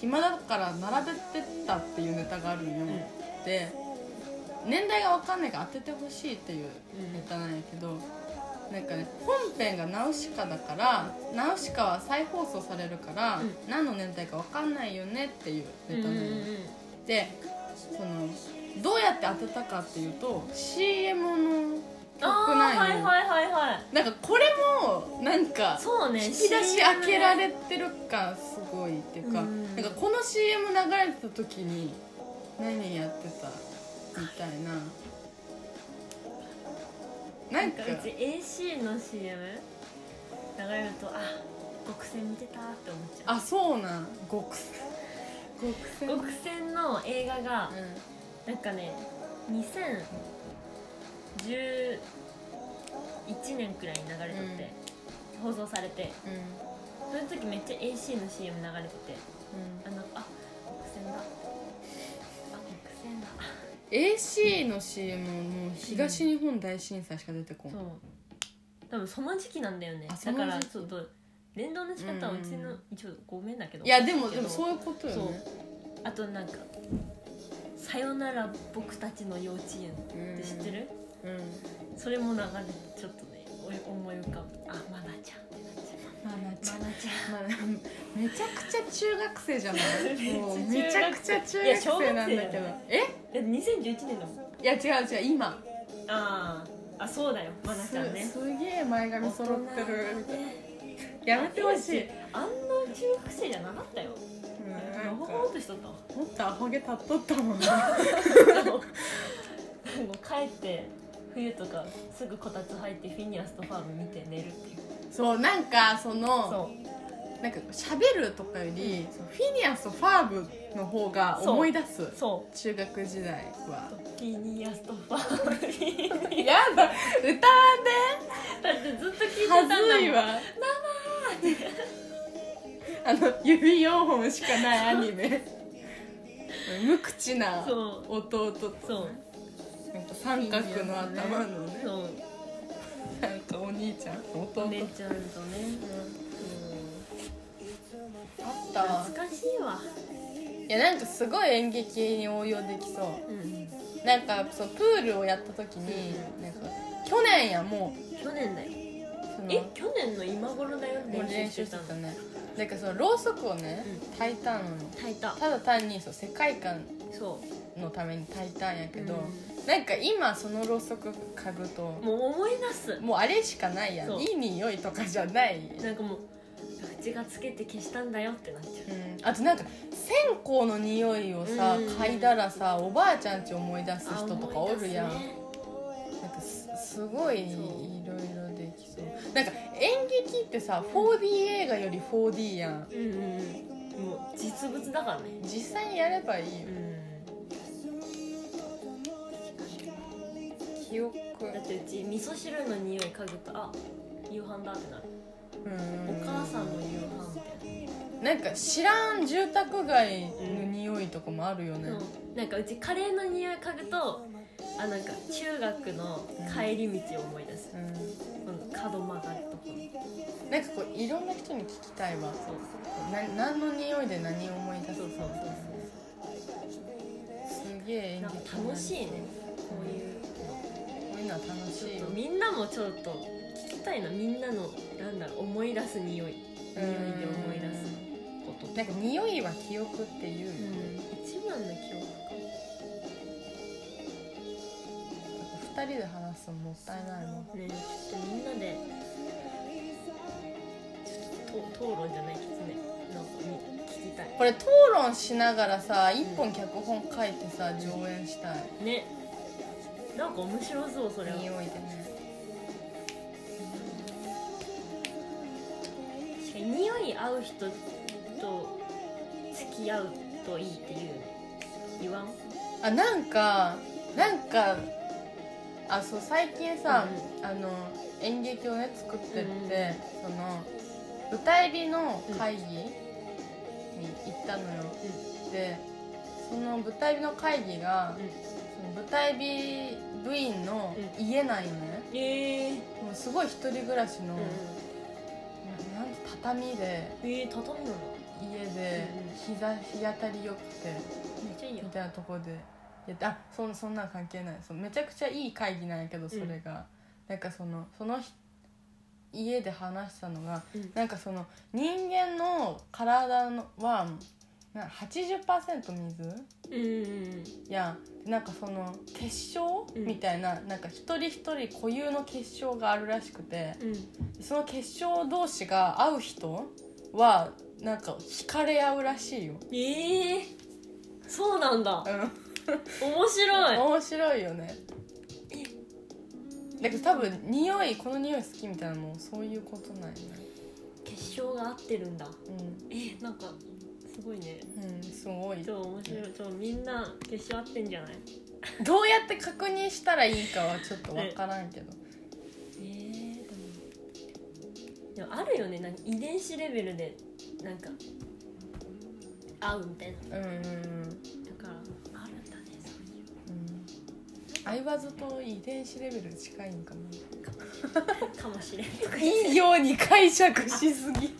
B: 暇だから並べてったっていうネタがあるんよ、
A: うん
B: で年代が分かんないから当ててほしいっていうネタなんやけどなんかね本編がナウシカだからナウシカは再放送されるから、
A: うん
B: 何の年代か分かんないよねっていうネタなんよ、でそのどうやって当てたかっていうと CM の
A: あ
B: 曲
A: ー
B: なんよ、
A: はいはいはいはい
B: なんかこれもなんか
A: そうね
B: 引き出し開けられ
A: る
B: てる感すごいっていうか、
A: うん
B: なんかこの CM 流れてた時に何やってたみたいななんか
A: うち AC の CM 流れるとあ極戦見てたって思っちゃう
B: あそうなん極戦極戦
A: 極戦の映画が、なんかね2011年くらいに流れとって、放送されて
B: うんうん
A: その時めっちゃ AC の CM 流れててあのあ国線だあ国線だ
B: AC の CM ももう東日本大震災しか出てこん、
A: そう多分その時期なんだよね
B: あそ
A: だ
B: の時
A: か
B: 期
A: らちょっと連動の仕方はうち
B: うんうんう
A: の
B: ん
A: 一応ごめんだけど
B: いやでも
A: け
B: で
A: ど
B: もそういうことよね
A: あとなんか「さよなら僕たちの幼稚園」って知ってる、
B: うん、うん
A: それも流れてちょっとねお思い浮かぶあマナちゃんってなっちゃう
B: まあなっちゃ
A: マナちゃん
B: まあ、 めちゃくちゃ中学生じゃないもう
A: め
B: め
A: っ
B: ち
A: ちゃ中学生
B: ゃくちゃ中学生なんだ
A: いや小学生だ
B: けど
A: よ
B: え
A: え2011年だもん
B: いや違う違う今
A: あああそうだよ愛菜
B: す
A: ちゃんね
B: すげえ前髪揃ってるみたいなやめてほしい、
A: あんな中学生じゃなかったよ
B: うん、な
A: の
B: ん
A: ほ
B: か
A: ほんとしとったわ
B: もっとアホ毛立っとったもんね
A: もう帰って冬とかすぐこたつ入ってフィニアスとファーム見て寝るっていう
B: そうなんかその
A: そ
B: なんか喋るとかより、そのフィニアスとファーブの方が思い出す
A: う そう
B: 中学時代は
A: フィニアスとファームだ
B: やだ歌わ
A: ってずっと聞いて
B: で
A: たん
B: は
A: だもん
B: ずいわあの指4本しかないアニメ無口な
A: そう
B: 弟と
A: そう
B: なんか三角の頭のね
A: そう
B: なんかお兄ちゃん弟
A: お姉ちゃんとね、
B: あっ
A: うん、懐かしいわ
B: いやなんかすごい演劇に応用できそう
A: うん
B: なんかそのプールをやった時になんか去年やもう
A: 去年だよ
B: その
A: え去年の今頃だよ
B: もう練
A: 練習
B: 習
A: し
B: してて
A: たの
B: たねなんかそのろうそくをね炊いたのよ
A: 炊いた
B: ただ単にそう世界観
A: そ
B: のために炊いたんや
A: う
B: けど、
A: う
B: なんか今そのろうそく嗅ぐと
A: んもう思い出す
B: もうあれしかないやん
A: そう
B: いい匂いとかじゃない、
A: なんかもう口がつけて消したんだよってなっちゃう
B: うん、あとなんか線香の匂いをさ
A: うん
B: 嗅いだらさおばあちゃんち思い出す
A: あ
B: 人とか
A: 思
B: お
A: い出す
B: るやん、
A: ね
B: なんかすすごいい
A: そう
B: ろいろできそうなんか演劇ってさ 4D 映画より 4D やん
A: うんうんうんもう実物だからね
B: 実際にやればいいよ
A: うん
B: 記憶
A: だってうち味噌汁の匂い嗅ぐとあ夕飯だってなるお
B: お
A: 母さんの夕飯みたいな
B: なんか知らん住宅街の匂いとかもあるよね、
A: そうなんかうちカレーの匂い嗅ぐとあなんか中学の帰り道を思い出す、
B: うん
A: この角曲がるところ
B: なんかこういろんな人に聞きたいわ
A: そう
B: な何の匂いで何を思い出す
A: そうそうそう
B: すげえ演
A: なん
B: 劇
A: か楽しいねこういう
B: こういうのは楽しい
A: ちょ
B: よ
A: っとみんなもちょっと聞きたいなみんなのなんだろう思い出す匂い匂いで思い出すこと
B: うんなんか匂いは記憶っていう
A: う、
B: よ
A: ん一番の記憶
B: 二人で話すのもったいないもん
A: ねちょっとみんなでちょっとと討論じゃないけどねなんかみ聞きたい
B: これ討論しながらさ一本脚本書いてさ上演したい
A: ねなんか面白そうそれは
B: 匂いでね
A: 確かに匂い合う人と付き合うといいっていうね言わん
B: あなんかなんかあそう最近さ、あの演劇をね作ってって、その舞台美の会議に行ったのよ、でその舞台美の会議が、
A: うん
B: その舞台美部員の家なんよね、
A: ええ
B: もうすごい一人暮らしの、
A: うん
B: なんて畳で
A: えー、畳なんだ
B: 家で膝日当たりよくて
A: めっちゃいいや
B: みたいなところでやってあそんそんなん関係ないそうめちゃくちゃいい会議なんやけどそれが、なんかそのその日家で話したのが
A: うん
B: なんかその人間の体のはな80%水
A: うんうん
B: やなんかその結晶、
A: うん
B: みたいななんか一人一人固有の結晶があるらしくて
A: うん
B: その結晶同士が合う人はなんか惹かれ合うらし いよ。
A: ええそうなんだ
B: うん
A: 面白い
B: 面白いよねだけど多分匂いこの匂い好きみたいなのもそういうことなんよね
A: 結晶が合ってるんだ
B: う
A: えー、なんかすごいね
B: ん、うん、すごいど
A: 超面白い超みんな結晶合ってんじゃないう
B: やって確認したらいいかはちょっと分からんけど
A: えー、でもでもあるよねなんか遺伝子レベルでなんか合うみたいな
B: うんうんうん
A: だからあるんだねそういう
B: うん相葉ずと遺伝子レベル近いん か な
A: かもしれんとか
B: いいように解釈しす ぎ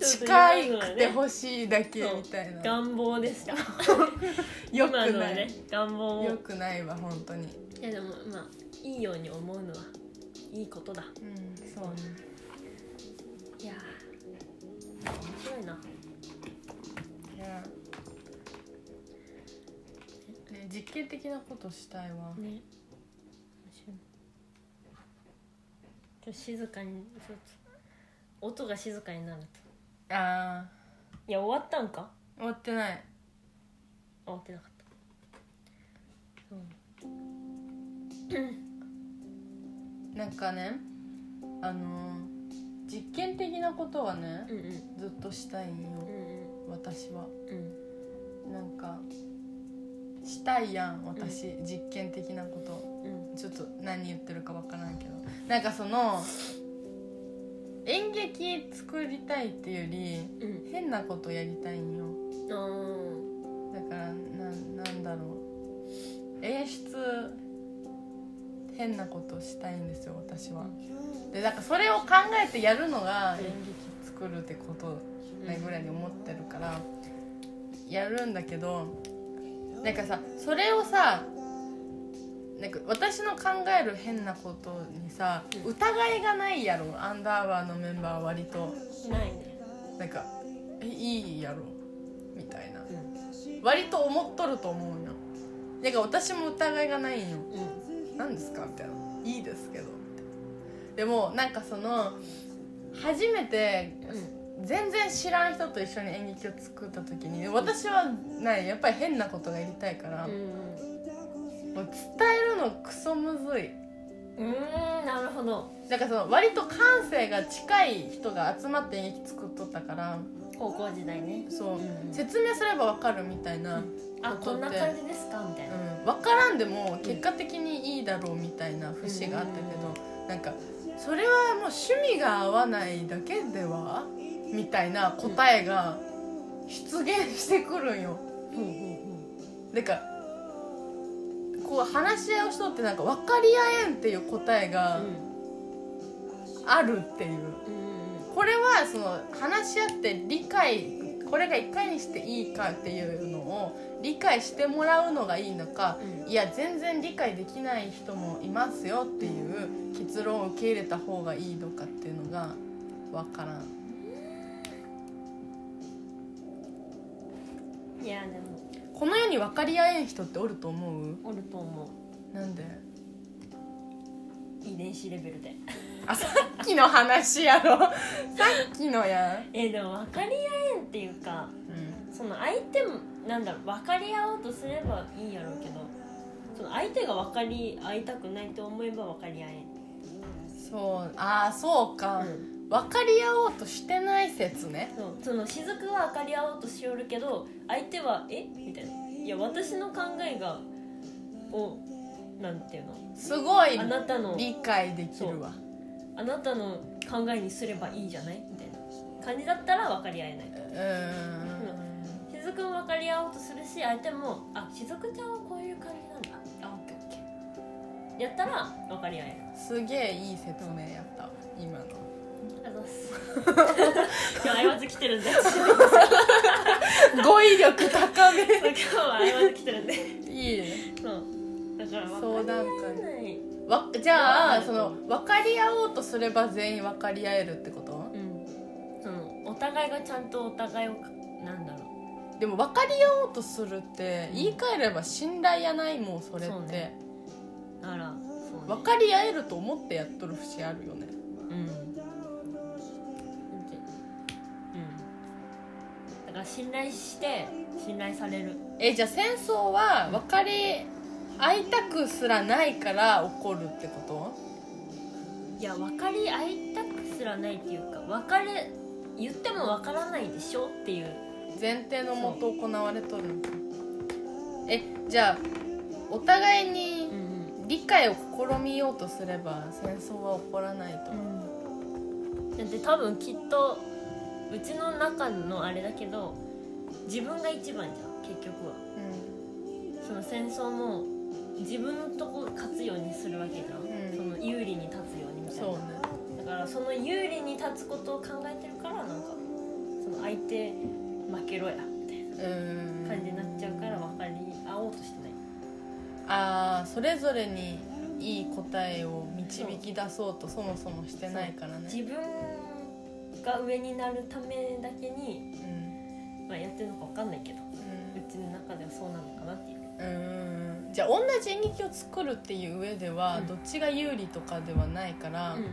B: 近くて
A: い
B: ほしいだけみたいな
A: 願望でした
B: よく
A: 今のは
B: な
A: ね
B: い
A: 願望を
B: よくないわ本当に
A: いやでもまあいいように思うのはいいことだ
B: うんそうね
A: いやー面白いない
B: やね実験的なことしたいわ
A: ねと静かにそう音が静かになると
B: ああ
A: いや終わったんか
B: 終わってない
A: あ終わってなかったそう
B: なんかねあのー実験的なことはね
A: うんうん
B: ずっとしたいんよ
A: うん
B: 私は
A: うん
B: なんかしたいやん私、実験的なこと
A: うん
B: ちょっと何言ってるかわからんけどなんかその演劇作りたいっていうより
A: うん
B: 変なことやりたいんよ
A: うんあ
B: だからなんなんだろう演出変なことしたいんですよ私はでだからそれを考えてやるのが
A: うん
B: 演劇作るってこと
A: ー
B: ないぐらいに思ってるからやるんだけどなんかさそれをさなんか私の考える変なことにさ
A: うん
B: 疑いがないやろアンダーバーのメンバーは割と
A: ないね
B: なんかえいいやろみたいな
A: うん
B: 割と思っとると思うよなんか私も疑いがないんよ
A: うん
B: 何ですかみたいな「いいですけど」みたいなでもなんかその初めて
A: うん
B: 全然知らん人と一緒に演劇を作った時に私はないやっぱり変なことがやりたいから、
A: うん
B: もう伝えるのクソむずい
A: うんなるほど
B: なんかその割と感性が近い人が集まって演劇作っとったから
A: 高校時代ね
B: そう、
A: うん
B: 説明すればわかるみたいな、
A: あこんな感じですかみたいな
B: うん、分からんでも結果的にいいだろうみたいな節があったけど、なんかそれはもう趣味が合わないだけではみたいな答えが出現してくるんよ。
A: うんうん
B: なんかこう話し合いをしとってなんか分かり合えんっていう答え
A: う
B: が
A: ん
B: あるっていう。
A: うん
B: これはその話し合って理解これがいかにしていいかっていうのを理解してもらうのがいいのか、
A: うん
B: いや全然理解できない人もいますよっていう結論を受け入れた方がいいのかっていうのが分からん
A: うんいやでも
B: この世に分かり合えん人っておると思う
A: おると思
B: なんで
A: う遺伝子レベルで
B: あさっきの話や ろさっきのや
A: えでも分かり合えんっていうか
B: ん、うん、
A: その相手もなんだろう分かり合おうとすればいいやろうけどその相手が分かり合いたくないと思えば分かり合え
B: そうああそうか、
A: ん、
B: 分かり合おうとしてない説ね
A: そうその雫は分かり合おうとしよるけど相手は「えみたいな「いや私の考えがをなんていうの
B: すごい
A: あなたの
B: 理解できるわ
A: あなたの考えにすればいいじゃない?」みたいな感じだったら分かり合えないうと
B: ーん
A: 雫も分かり合おうとするし相手も「あ雫ちゃんはこういう感じなんだ」あオッケーオッケーやったら分かり合える
B: すげえいい説明やったわ今の
A: ありがとうございます今日相葉来てるん で
B: 語彙力高め
A: 今日は相葉来てるんで
B: いいね
A: そうだから
B: 相
A: 分か
B: 談
A: り合えない
B: 会わじゃ
A: う
B: あ
A: ん
B: その分かり合おうとすれば全員分かり合えるってこと
A: うん、そのお互いがちゃんとお互いをなんだろ
B: でも分かり合おうとするって言い換えれば信頼やないもんそれ
A: そう
B: って、
A: ねうならそう、ね、
B: 分かり合えると思ってやっとる節あるよね
A: うんなんてうんだから信頼して信頼される
B: えじゃあ戦争は分かり合いたくすらないから起こるってこと
A: いや分かり合いたくすらないっていうか分かれ言っても分からないでしょっていう
B: 前提のもと行われとるのかえじゃあお互いに
A: ん
B: 理解を試みようとすれば戦争は起こらないと、
A: うんだって多分きっとうちの中のあれだけど自分が一番じゃん結局はその戦争も自分のとこ勝つようにするわけじゃん、
B: うん
A: その有利に立つようにみたい
B: そうね
A: なだからその有利に立つことを考えてるからなんかその相手負けろやみたいな
B: うん
A: 感じになっちゃうから分かり合おうとしてない
B: ああそれぞれにいい答えを導き出そうとそもそもしてないからね
A: 自分が上になるためだけに、
B: うん
A: まあ、やってるのか分かんないけどう
B: うん
A: ちの中ではそうなのかなっていう
B: うんじゃあ同じ演劇を作るっていう上では、
A: うん
B: どっちが有利とかではないから、
A: うん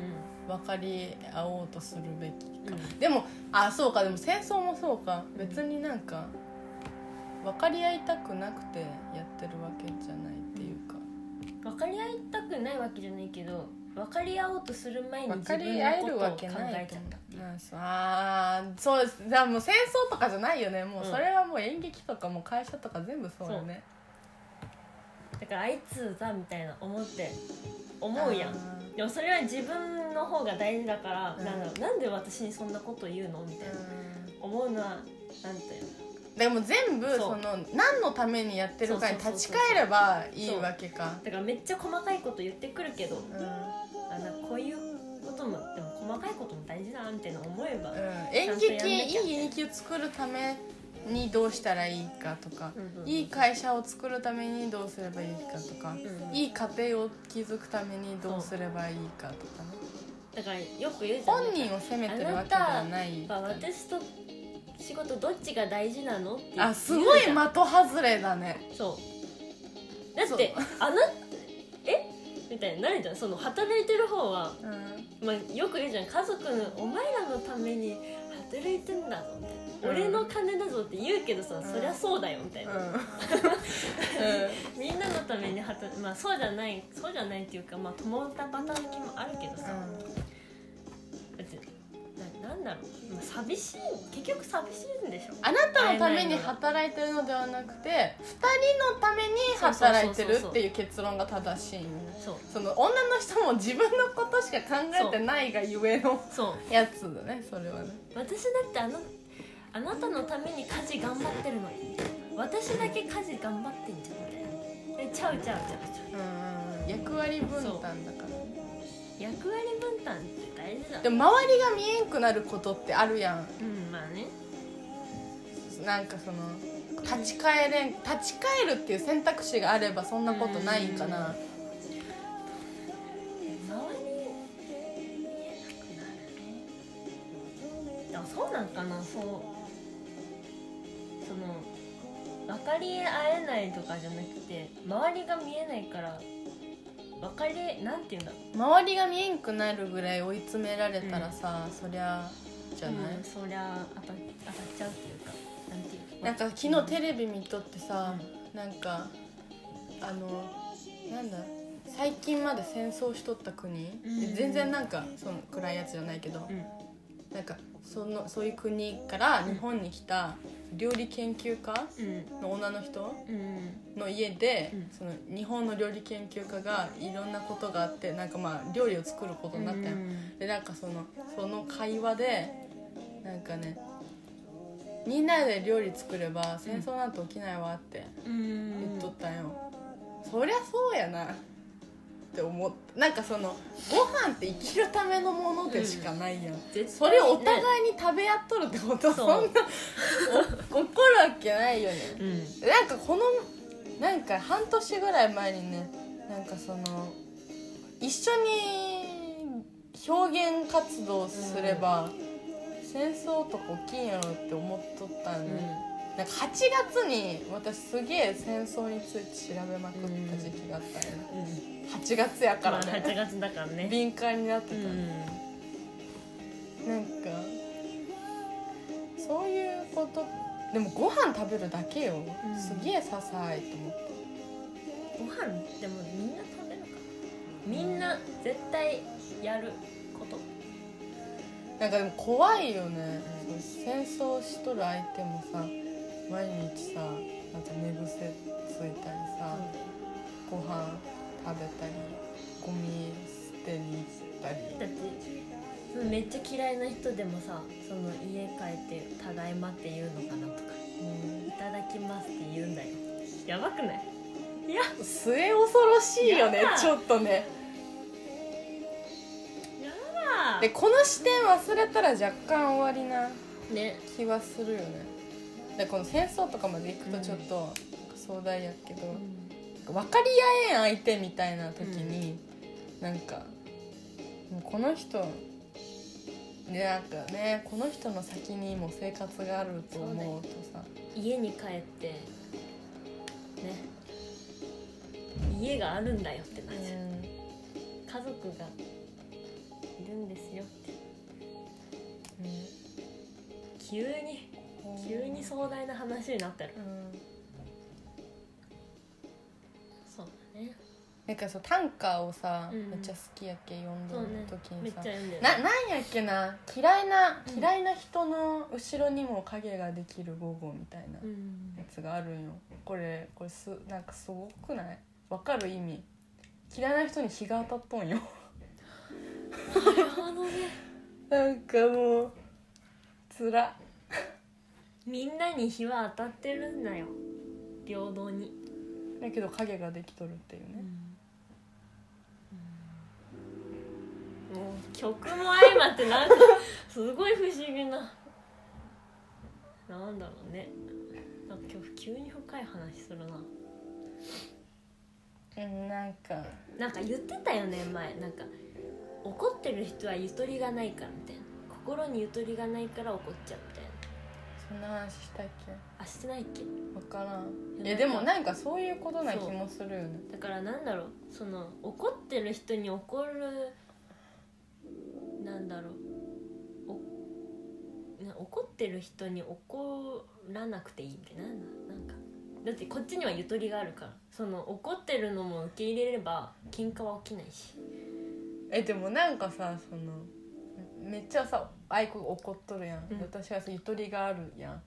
B: 分かり合おうとするべきかも、でもあそうかでも戦争もそうか別になんか分かり合いたくなくてやってるわけじゃないっていうか
A: 分かり合いたくないわけじゃないけど分かり合おうとする前に
B: 分
A: 自
B: か
A: 分
B: り合え
A: の
B: る
A: ことを
B: わ
A: 考
B: け
A: え
B: ない
A: ちゃったっていう
B: なんすあーそうですじゃあもう戦争とかじゃないよねもう
A: うん
B: それはもう演劇とかもう会社とか全部そうよね
A: だからあいつだみたいな思って思うやん
B: あ
A: でもそれは自分の方が大事だから、
B: うん
A: なんだろうなんで私にそんなこと言うのみたいな、
B: ー
A: 思うのはなんていうの
B: でも全部
A: そう
B: その何のためにやってるかに
A: そうそう
B: 立
A: そ
B: ち
A: うそう
B: 返ればいいわけか
A: だからめっちゃ細かいこと言ってくるけど
B: うん、うん
A: あなんかこういうこともでも細かいことも大事だなみたいな思えば、
B: 演
A: ちゃんと
B: 劇
A: やん
B: い
A: なきゃ
B: い演劇を作るためにどうしたらいいかとか
A: うんうん
B: いい会社を作るためにどうすればいいかとか
A: うん
B: いい家庭を築くためにどうすればいいかとかね
A: だからよく言うじゃん
B: 本人を責めてるわけではない
A: やっぱ私と仕事どっちが大事なのって言うじゃん
B: あすごい的外れだね
A: そうだってあなえみたいになるじゃんその働いてる方は、
B: うん
A: まあ、よく言うじゃん家族のお前らのために働いてんだぞみたいな、
B: うん
A: 俺の金だぞって言うけどさ、
B: ん
A: そりゃそうだよみたいな、みんなのために働まあそうじゃないそうじゃないっていうかまあ共働きもあるけどさ、だってななんだろう、まあ、寂しい結局寂しいんでしょ
B: あなたのために働いてるのではなくて二人のために働いてるっていう結論が正しいよね
A: そう
B: その女の人も自分のことしか考えてないがゆえの
A: そう
B: やつだねそれはね
A: 私だってあのあなたのために家事頑張ってるのに私だけ家事頑張ってんじゃんみたいなえちゃうちゃうちゃうちゃう
B: うん役割分担だからね
A: 役割分担って大事だ
B: でも周りが見えんくなることってあるやん
A: うんまあね
B: なんかその立ち返れん立ち返るっていう選択肢があればそんなことないんかな
A: 周りに見えなくなるねでもそうなんかなそうその分かり合えないとかじゃなくて周りが見えないから分かりなんていうんだろう
B: 周りが見えんくなるぐらい追い詰められたらさ、そりゃじゃない、
A: うんそりゃ当た当たっちゃうっていうかなんていう
B: なんか昨日テレビ見とってさ、なんかあのなんだ最近まで戦争しとった国、
A: うん
B: で全然なんかその暗いやつじゃないけど、
A: うん
B: なんかそのそういう国から日本に来た料理研究家
A: うん
B: の女の人、
A: うん
B: の家で、
A: うん
B: その日本の料理研究家がいろんなことがあってなんかまあ料理を作ることになったよ、
A: うん
B: でなんかそのその会話でなんかねみんなで料理作れば戦争なんて起きないわって
A: うん
B: 言っとったんよ、そりゃそうやなって思ったなんかそのご飯って生きるためのものでしかないやん、
A: 絶対
B: それをお
A: ね
B: 互いに食べ合っとるってこと、そんな
A: そう
B: お怒るわけないよね、
A: うん
B: なんかこのなんか半年ぐらい前にねなんかその一緒に表現活動すれば、戦争とか起きんやろって思っとったん
A: う
B: で、
A: ん
B: なんか8月に私すげえ戦争について調べまくった時期があったんよね、
A: うん
B: 8月やか
A: ま
B: ら
A: あ8
B: ね
A: 月だからね
B: 敏感になって
A: う
B: た、
A: ん
B: なんかそういうことでもご飯食べるだけよ、
A: うん
B: すげえ些細いと思って。
A: ご飯でもみんな食べるかみんな絶対やること
B: なんかでも怖いよね、
A: うん
B: 戦争しとる相手もさ毎日さなんか寝癖ついたりさ、ご飯食べたりゴミ捨てに行ったり
A: だってそのめっちゃ嫌いな人でもさその家帰って「ただいま」って言うのかなとか「いただきます」って言うんだよやばくないいや
B: うん末恐ろしいよね
A: やだ
B: ちょっとね
A: だ
B: でこの視点忘れたら若干終わりな
A: ね
B: 気はするよねでこの戦争とかまで行くとちょっと壮大やけど、分かり合えん相手みたいな時に、なんかもうこの人ねなんかねこの人の先にも生活があると思うとさ
A: 家に帰ってね家があるんだよってなっちゃう、
B: う
A: 家族がいるんですよって、急に急に壮大な話になってる
B: うん
A: そうだね
B: なんかさ短歌をさ、
A: うん
B: めっちゃ好きやっけ読んで
A: そうね
B: る時
A: め
B: に
A: っちゃ
B: さ、
A: 読んでる
B: ななんやっけな嫌いな
A: うん
B: 嫌いな人の後ろにも影ができる午後みたいな
A: う
B: や
A: ん
B: つがあるんよこれこれすなんかすごくないわかる意味嫌いな人に日が当たっとんよ
A: なるほどね
B: なんかもうつら
A: みんなに日は当たってるんだよ平等に、
B: だけど影ができとるっていうね、
A: うんもう曲も相まってなんかすごい不思議ななんだろうねなんか今日急に深い話するな
B: うん、なんか
A: なんか言ってたよね前なんか怒ってる人はゆとりがないからみたいな心にゆとりがないから怒っちゃうみたいな
B: そんな話したっけ
A: あしてないっけ
B: わからん
A: い
B: い
A: や
B: やでもなんかそういうことな
A: そう
B: 気もするよね
A: だからなんだろうその怒ってる人に怒るなんだろうおな怒ってる人に怒らなくていいみたいななんなんかだってこっちにはゆとりがあるからその怒ってるのも受け入れれば喧嘩は起きないし
B: えでもなんかさそのめっちゃさあいこ怒っとるやん、
A: うん
B: 私はさゆとりがあるやん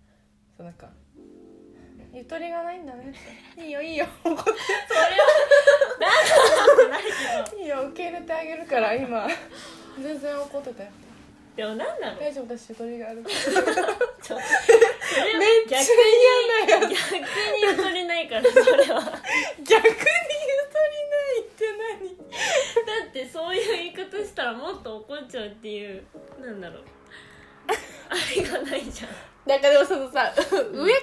B: そうなんかゆとりがないんだねって いいよいいよ怒っ
A: それは なんかなけど
B: ていいよ受け入れてあげるから今全然怒ってたよ
A: でもなんだろう
B: 大丈夫私ゆとりがあるから
A: ちょっとそれは
B: めっちゃ嫌な
A: 逆
B: や
A: に逆にゆとりないからそれは
B: 逆にゆとりないって何
A: だってそういう言い方したらもっと怒っちゃうっていうなん だろうあれがないじ
B: なんかでもそのさ上か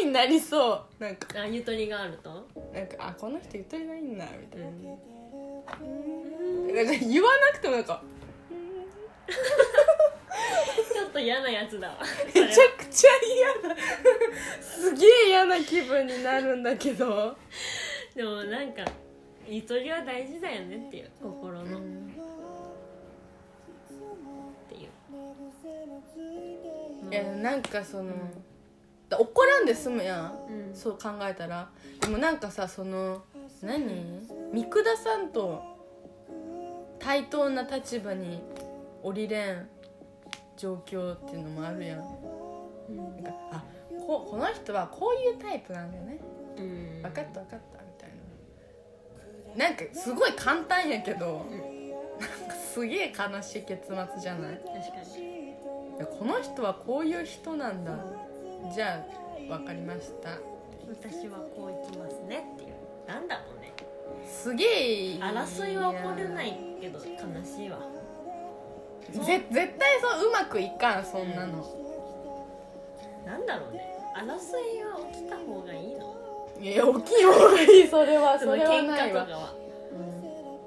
B: らになりそうなんか
A: ゃんあゆとりがあると
B: なんかあこの人ゆとりないんだみたいな、
A: うん
B: なんか言わなくてもなんか
A: ちょっと嫌なやつ だわ
B: めちゃくちゃ嫌なすげえ嫌な気分になるんだけど、
A: でもなんかゆとりは大事だよねっていう心のっていう
B: いやなんかその、
A: ん
B: だ怒らんで済むやん
A: うん
B: そう考えたらでもなんかさその何三久田さんと対等な立場に降りれん状況っていうのもあるやん
A: うん
B: なんかあここの人はこういうタイプなんだよね
A: うん
B: 分かった分かったみたいななんかすごい簡単やけど、なんかすげえ悲しい結末じゃないい
A: 確かに
B: やこの人はこういう人なんだじゃあ分かりました
A: 私はこういきますねっていうなんだろうね
B: すげえ
A: 争いは起こらないけど悲しいわ
B: ぜ絶対そううまくいかんそんなの、
A: なんだろうね争いは起きた方がいいの
B: いや大きい方がいい それは
A: その
B: それは
A: 喧
B: な
A: 嘩
B: い
A: と
B: わ
A: かは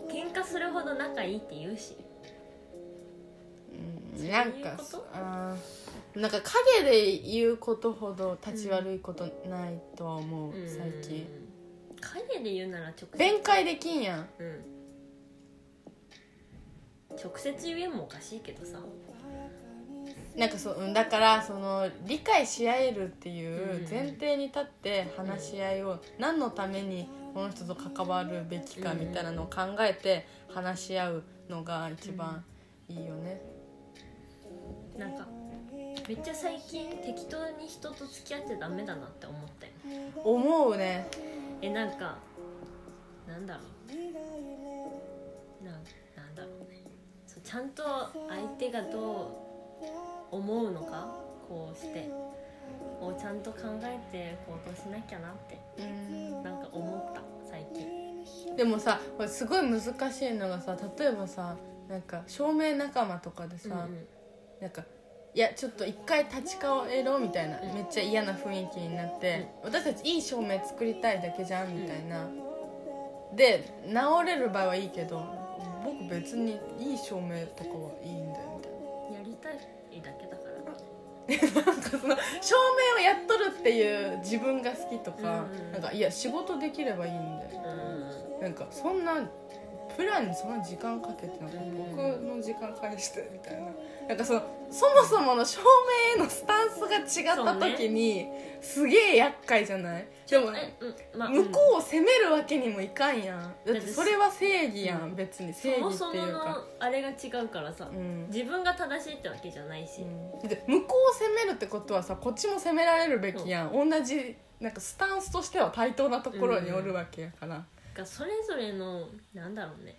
A: 喧嘩するほど仲いいって言うし
B: うん
A: そういう
B: なんか
A: こと
B: あーなんか影で言うことほど立ち悪いことないとは思う、最近
A: 影で言うなら直接
B: 弁解できんやん
A: うん直接言えんもおかしいけどさ
B: なんかそううんだからその理解し合えるっていううん前提に立って話し合いを何のためにこの人と関わるべきかみたいなのを考えて話し合うのが一番いいよね。
A: なんかめっちゃ最近適当に人と付き合ってダメだなって思ったよ
B: 思うね。
A: えなんかなんだろうなんなんだろうねそうちゃんと相手がどう思うのかこうしてをちゃんと考えて行動しなきゃなって
B: うん
A: なんか思った最近
B: でもさこれすごい難しいのがさ例えばさなんか照明仲間とかでさ、
A: うんうん
B: なんか「いやちょっと一回立ち返ろう」みたいなめっちゃ嫌な雰囲気になって、私たちいい照明作りたいだけじゃんみたいな、で治れる場合はいいけど僕別にいい照明とかはいいんだよみたい
A: やりたいだけだから
B: ななんかその照明をやっとるっていう自分が好きとか、
A: うんうん
B: なんかいや仕事できればいいんだよ
A: うん
B: なんかそんなプランにそんな時間かけてなんか
A: うん
B: 僕の時間返してみたいななんかそのそもそもの照明へのスタンスが違った時に、すげえ厄介じゃないでも
A: えうんまあ
B: 向こうを責めるわけにもいかんやんだってそれは正義やん別に
A: うん
B: 正
A: そも
B: 義
A: そ
B: って
A: も
B: いうか
A: のあれが違うからさ、
B: うん
A: 自分が正しいってわけじゃないし、
B: で向こうを責めるってことはさこっちも責められるべきやん同じなんかスタンスとしては対等なところにおるわけやから、
A: がそれぞれのなんだろうね、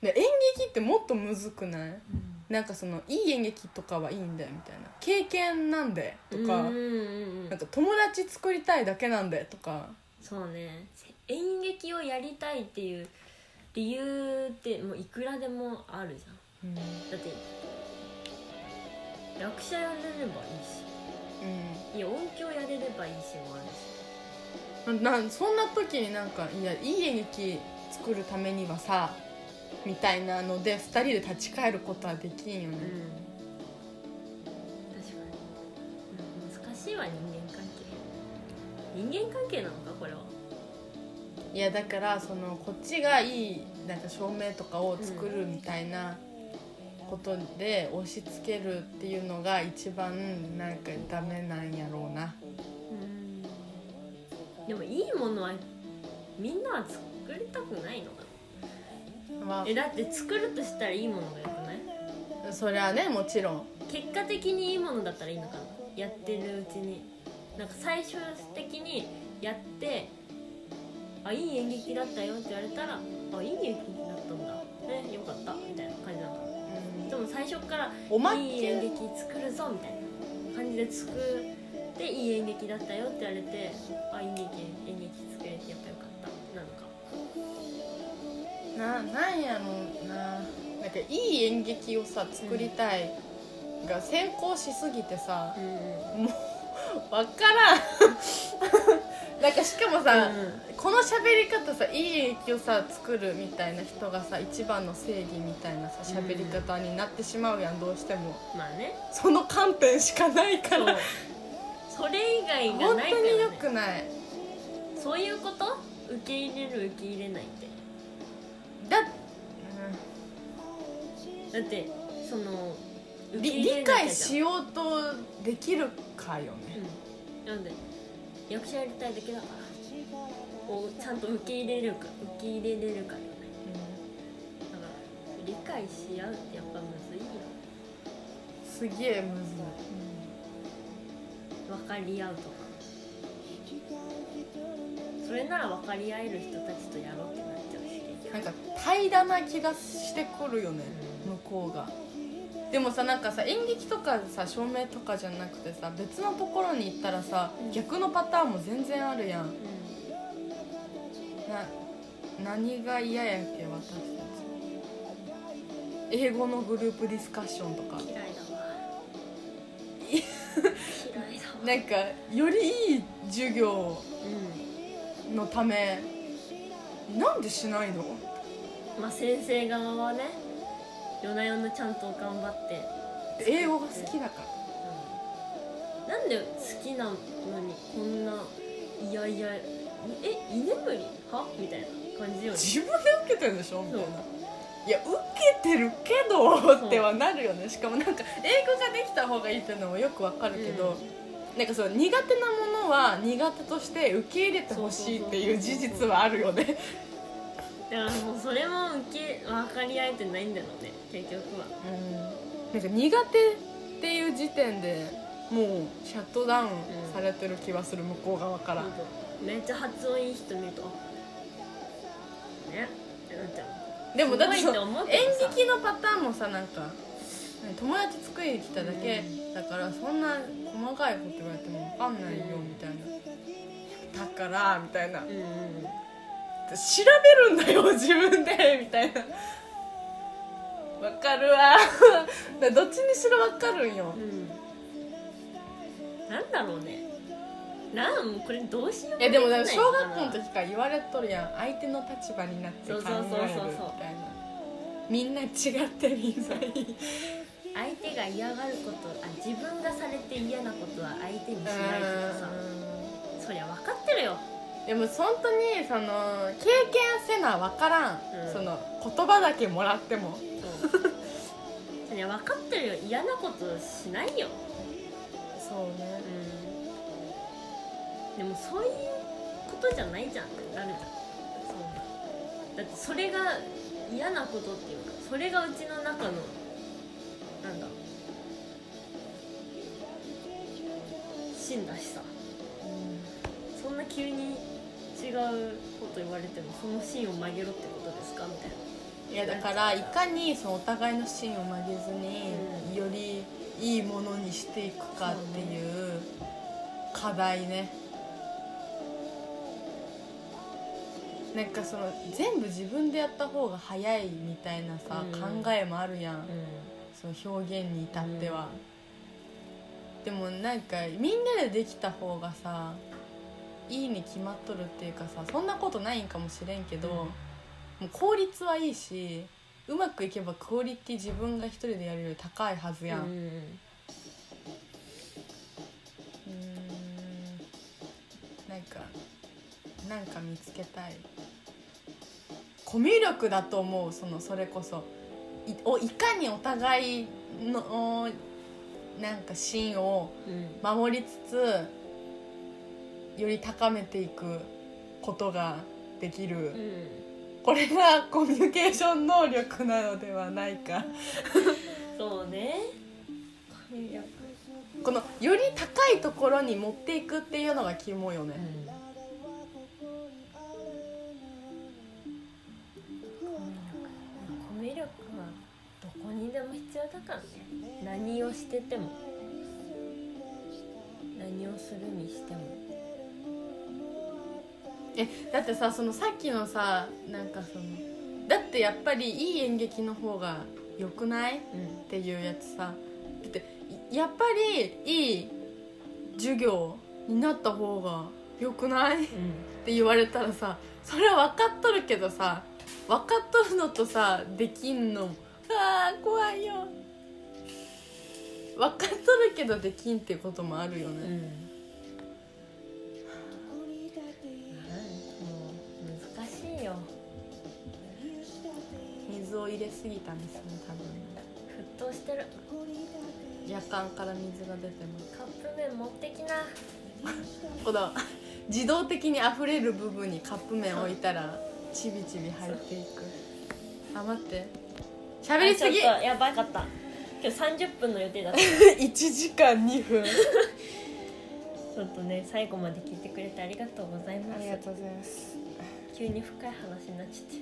B: で演劇ってもっとむずくないなんかそのいい演劇とかはいいんだよみたいな経験なんでとか、
A: うんうんう
B: なん
A: ん、
B: か友達作りたいだけなんでとか
A: そうね演劇をやりたいっていう理由ってもういくらでもあるじゃん
B: うん、
A: だって役者やれればいいしいや音響やれればいいしもあるし
B: うんなそんな時になんかいやいい演劇作るためにはさみたいなので2人で立ち返ることはできんよ
A: う
B: ね、
A: ん確かに、うん難しいわ人間関係人間関係なのかこれはい
B: やだからそのこっちがいいなんか照明とかを作るみたいなことで押し付けるっていうのが一番なんかダメなんやろうな
A: うんでもいいものはみんなは作りたくないのかな
B: ま
A: えだって作るとしたらいいものがよくない
B: あそれはねもちろん
A: 結果的にいいものだったらいいのかなやってるうちになんか最終的にやってあいい演劇だったよって言われたらあいい演劇だったんだねよかったみたいな感じなのかなでも最初から
B: おまけ
A: いい演劇作るぞみたいな感じで作っていい演劇だったよって言われてあいい演劇演劇作れてやっぱよかったなのか
B: ななんやろうななんかいい演劇をさ作りたいが先行しすぎてさ
A: うん
B: わからん なんかしかもさ、
A: うん
B: この喋り方さいい影響さ作るみたいな人がさ一番の正義みたいなさ
A: うん
B: 喋り方になってしまうやんどうしても
A: まあね
B: その観点しかないか
A: そう
B: ら
A: それ以外が
B: 本
A: ないから、
B: 当に良
A: ね、
B: くない
A: そういうこと受け入れる受け入れないって
B: だ、
A: だってその
B: うん
A: 受け
B: 理
A: 入れ
B: 理
A: なきゃじゃん
B: 解しようとできるかよね
A: うんなんで役者やりたいだけだからこうちゃんと受け入れるか受け入れれるかよねだから理解し合うってやっぱむずいよ
B: すげえむず
A: 分かり合うとかそれなら分かり合える人たちとやろうってなっちゃうし
B: いなんか平らな気がしてくるよね向こうがでもさなんかさ演劇とかさ照明とかじゃなくてさ別のところに行ったらさ
A: うん
B: 逆のパターンも全然あるやん
A: う
B: な何が嫌やっけ私たち英語のグループディスカッションとか
A: ん嫌いだわ嫌いだわ
B: なんかよりいい授業のためなんでしないの
A: まあ先生側はね夜な夜なちゃんと頑張って、
B: 英語が好きだから
A: なんで好きなのにこんないやいやえ居眠りはみたいな感じよね
B: 自分で受けてるでしょみたいな
A: そう
B: いや受けてるけどってはなるよねしかもなんか英語ができた方がいいっていうのもよくわかるけど、なんかその苦手なものは苦手として受け入れてほしいっていう事実はあるよね
A: だからもうそれも受け分かり合えてないんだろうね結局は
B: うんなんか苦手っていう時点でもうシャットダウンされてる気はする向こう側から、
A: 本当めっちゃ発音いい人見るとあねってなっちゃう
B: でもだって
A: す
B: そ
A: ごい
B: の
A: と思うけ
B: 演
A: どさ
B: 劇のパターンもさなんか友達作りに来ただけだからそんな細かいこと言われても分かんないよみたいなだからみたいな調
A: うんうん
B: べるんだよ自分でみたいなわかるわ だからどっちにしろわかるんよ
A: うんなんだろうねなんもうこれどうしようも
B: えでもだから
A: き
B: 小
A: ないのか
B: 学
A: な
B: 校の時から言われとるやん相手の立場になって考えるみたい
A: そうそうそうそう
B: なみんな違ってみんないい
A: 相手が嫌がることあ自分がされて嫌なことは相手にしないとかさそりゃ分かってるよ
B: でも本当にその経験せな分からん、
A: うん
B: その言葉だけもらっても
A: いや分かってるよ嫌なことしないよ、
B: そうね
A: うん、でもそういうことじゃないじゃんってなるじゃんだってそれが嫌なことっていうかそれがうちの中のなんだ芯だしさそんな急に違うこと言われてもその芯を曲げろってことですかみたいない
B: やだからいかにそのお互いの芯を曲げず
A: うん
B: によりいいものにしていくかっていう課題ねなんかその全部自分でやった方が早いみたいなさ、
A: うん
B: 考えもあるやん、その表現に至っては、でもなんかみんなでできた方がさいいに決まっとるっていうかさそんなことないんかもしれんけど、
A: うん
B: もう効率はいいしうまくいけばクオリティ自分が一人でやるより高いはずやん、う、
A: うんん
B: なんかなんか見つけたいコミュ力だと思うそのそれこそいおいかにお互いのおなんか芯を
A: うん
B: 守りつつより高めていくことができる、
A: うん
B: これがコミュニケーション能力なのではないか
A: そうね
B: このより高いところに持っていくっていうのがキモいよね、
A: コミュ力はどこにでも必要だからね何をしてても何をするにしても
B: えだってさそのさっきのさなんかそのだってやっぱりいい演劇の方が良くない
A: うん
B: っていうやつさだっていやっぱりいい授業になった方が良くないって言われたらさそれは分かっとるけどさ分かっとるのとさできんのあー怖いよ分かっとるけどできんってこともあるよ
A: うん、
B: ね、
A: もう難しいよ
B: 水を入れすぎたんですね多
A: 沸騰
B: 分
A: してる
B: 夜間から水が出てます
A: カップ麺持ってきな
B: この 自動的に溢れる部分にカップ麺置いたらちびちび入っていくあ待って喋りすぎ
A: あちょっとやばかった今日30分の予定だった
B: 1時間2分
A: ちょっとね最後まで聞いてくれてありがとうございます
B: うございます、
A: 急に深い話になっちゃってい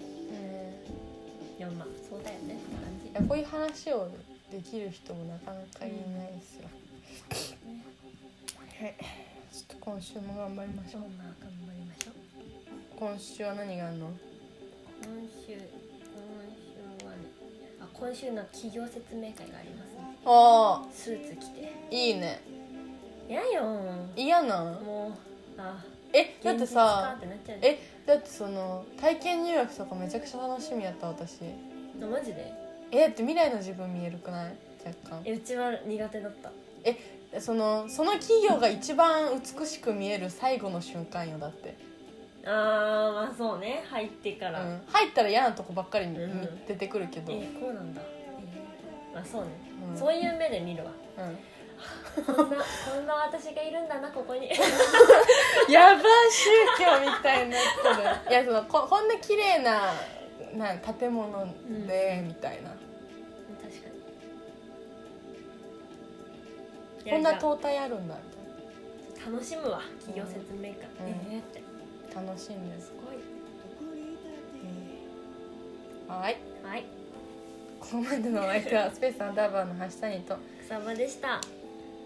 A: やまあそうだよねって感じ
B: いやこういう話をできる人もなかなかいないですよ、はいちょっと今週も頑張りましょう
A: 今日も頑張りましょう
B: 今週は何があるの
A: 今週今週はねあ今週の企業説明会がありますね
B: あ
A: スーツ着て
B: ーいいね
A: 嫌よ
B: 嫌なん
A: もうあ
B: えだ
A: 現
B: っ
A: 実
B: て
A: か
B: さ
A: ってなっちゃうね
B: えだってその体験入学とかめちゃくちゃ楽しみやった私
A: あマジで
B: えだって未来の自分見えるくない若干
A: えうちは苦手だった
B: そのその企業が一番美しく見える最後の瞬間よだって、
A: あーまあそうね入ってか
B: うん
A: ら、、
B: 入ったら嫌なとこばっかりに
A: うん
B: 出てくるけど、
A: え
B: うん
A: こうなんだ、えまあそうね、
B: うん
A: そういう目で見るわ
B: うん
A: こんなこんな私がいるんだなここに
B: やばい宗教みたいになって るいやそのここんな綺麗なな建物で、みたいな
A: 確かに
B: こんない
A: やじゃ
B: 灯体あるんだみ
A: あ楽しむわ企業説明会、
B: うん
A: ええって
B: たいな楽しんです
A: す、ごい
B: はい
A: はい
B: ここまでのお相手はスペースアンダーバーの橋谷と
A: 草場でしたあ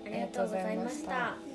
A: りがとうございまし
B: ありがとうございましたた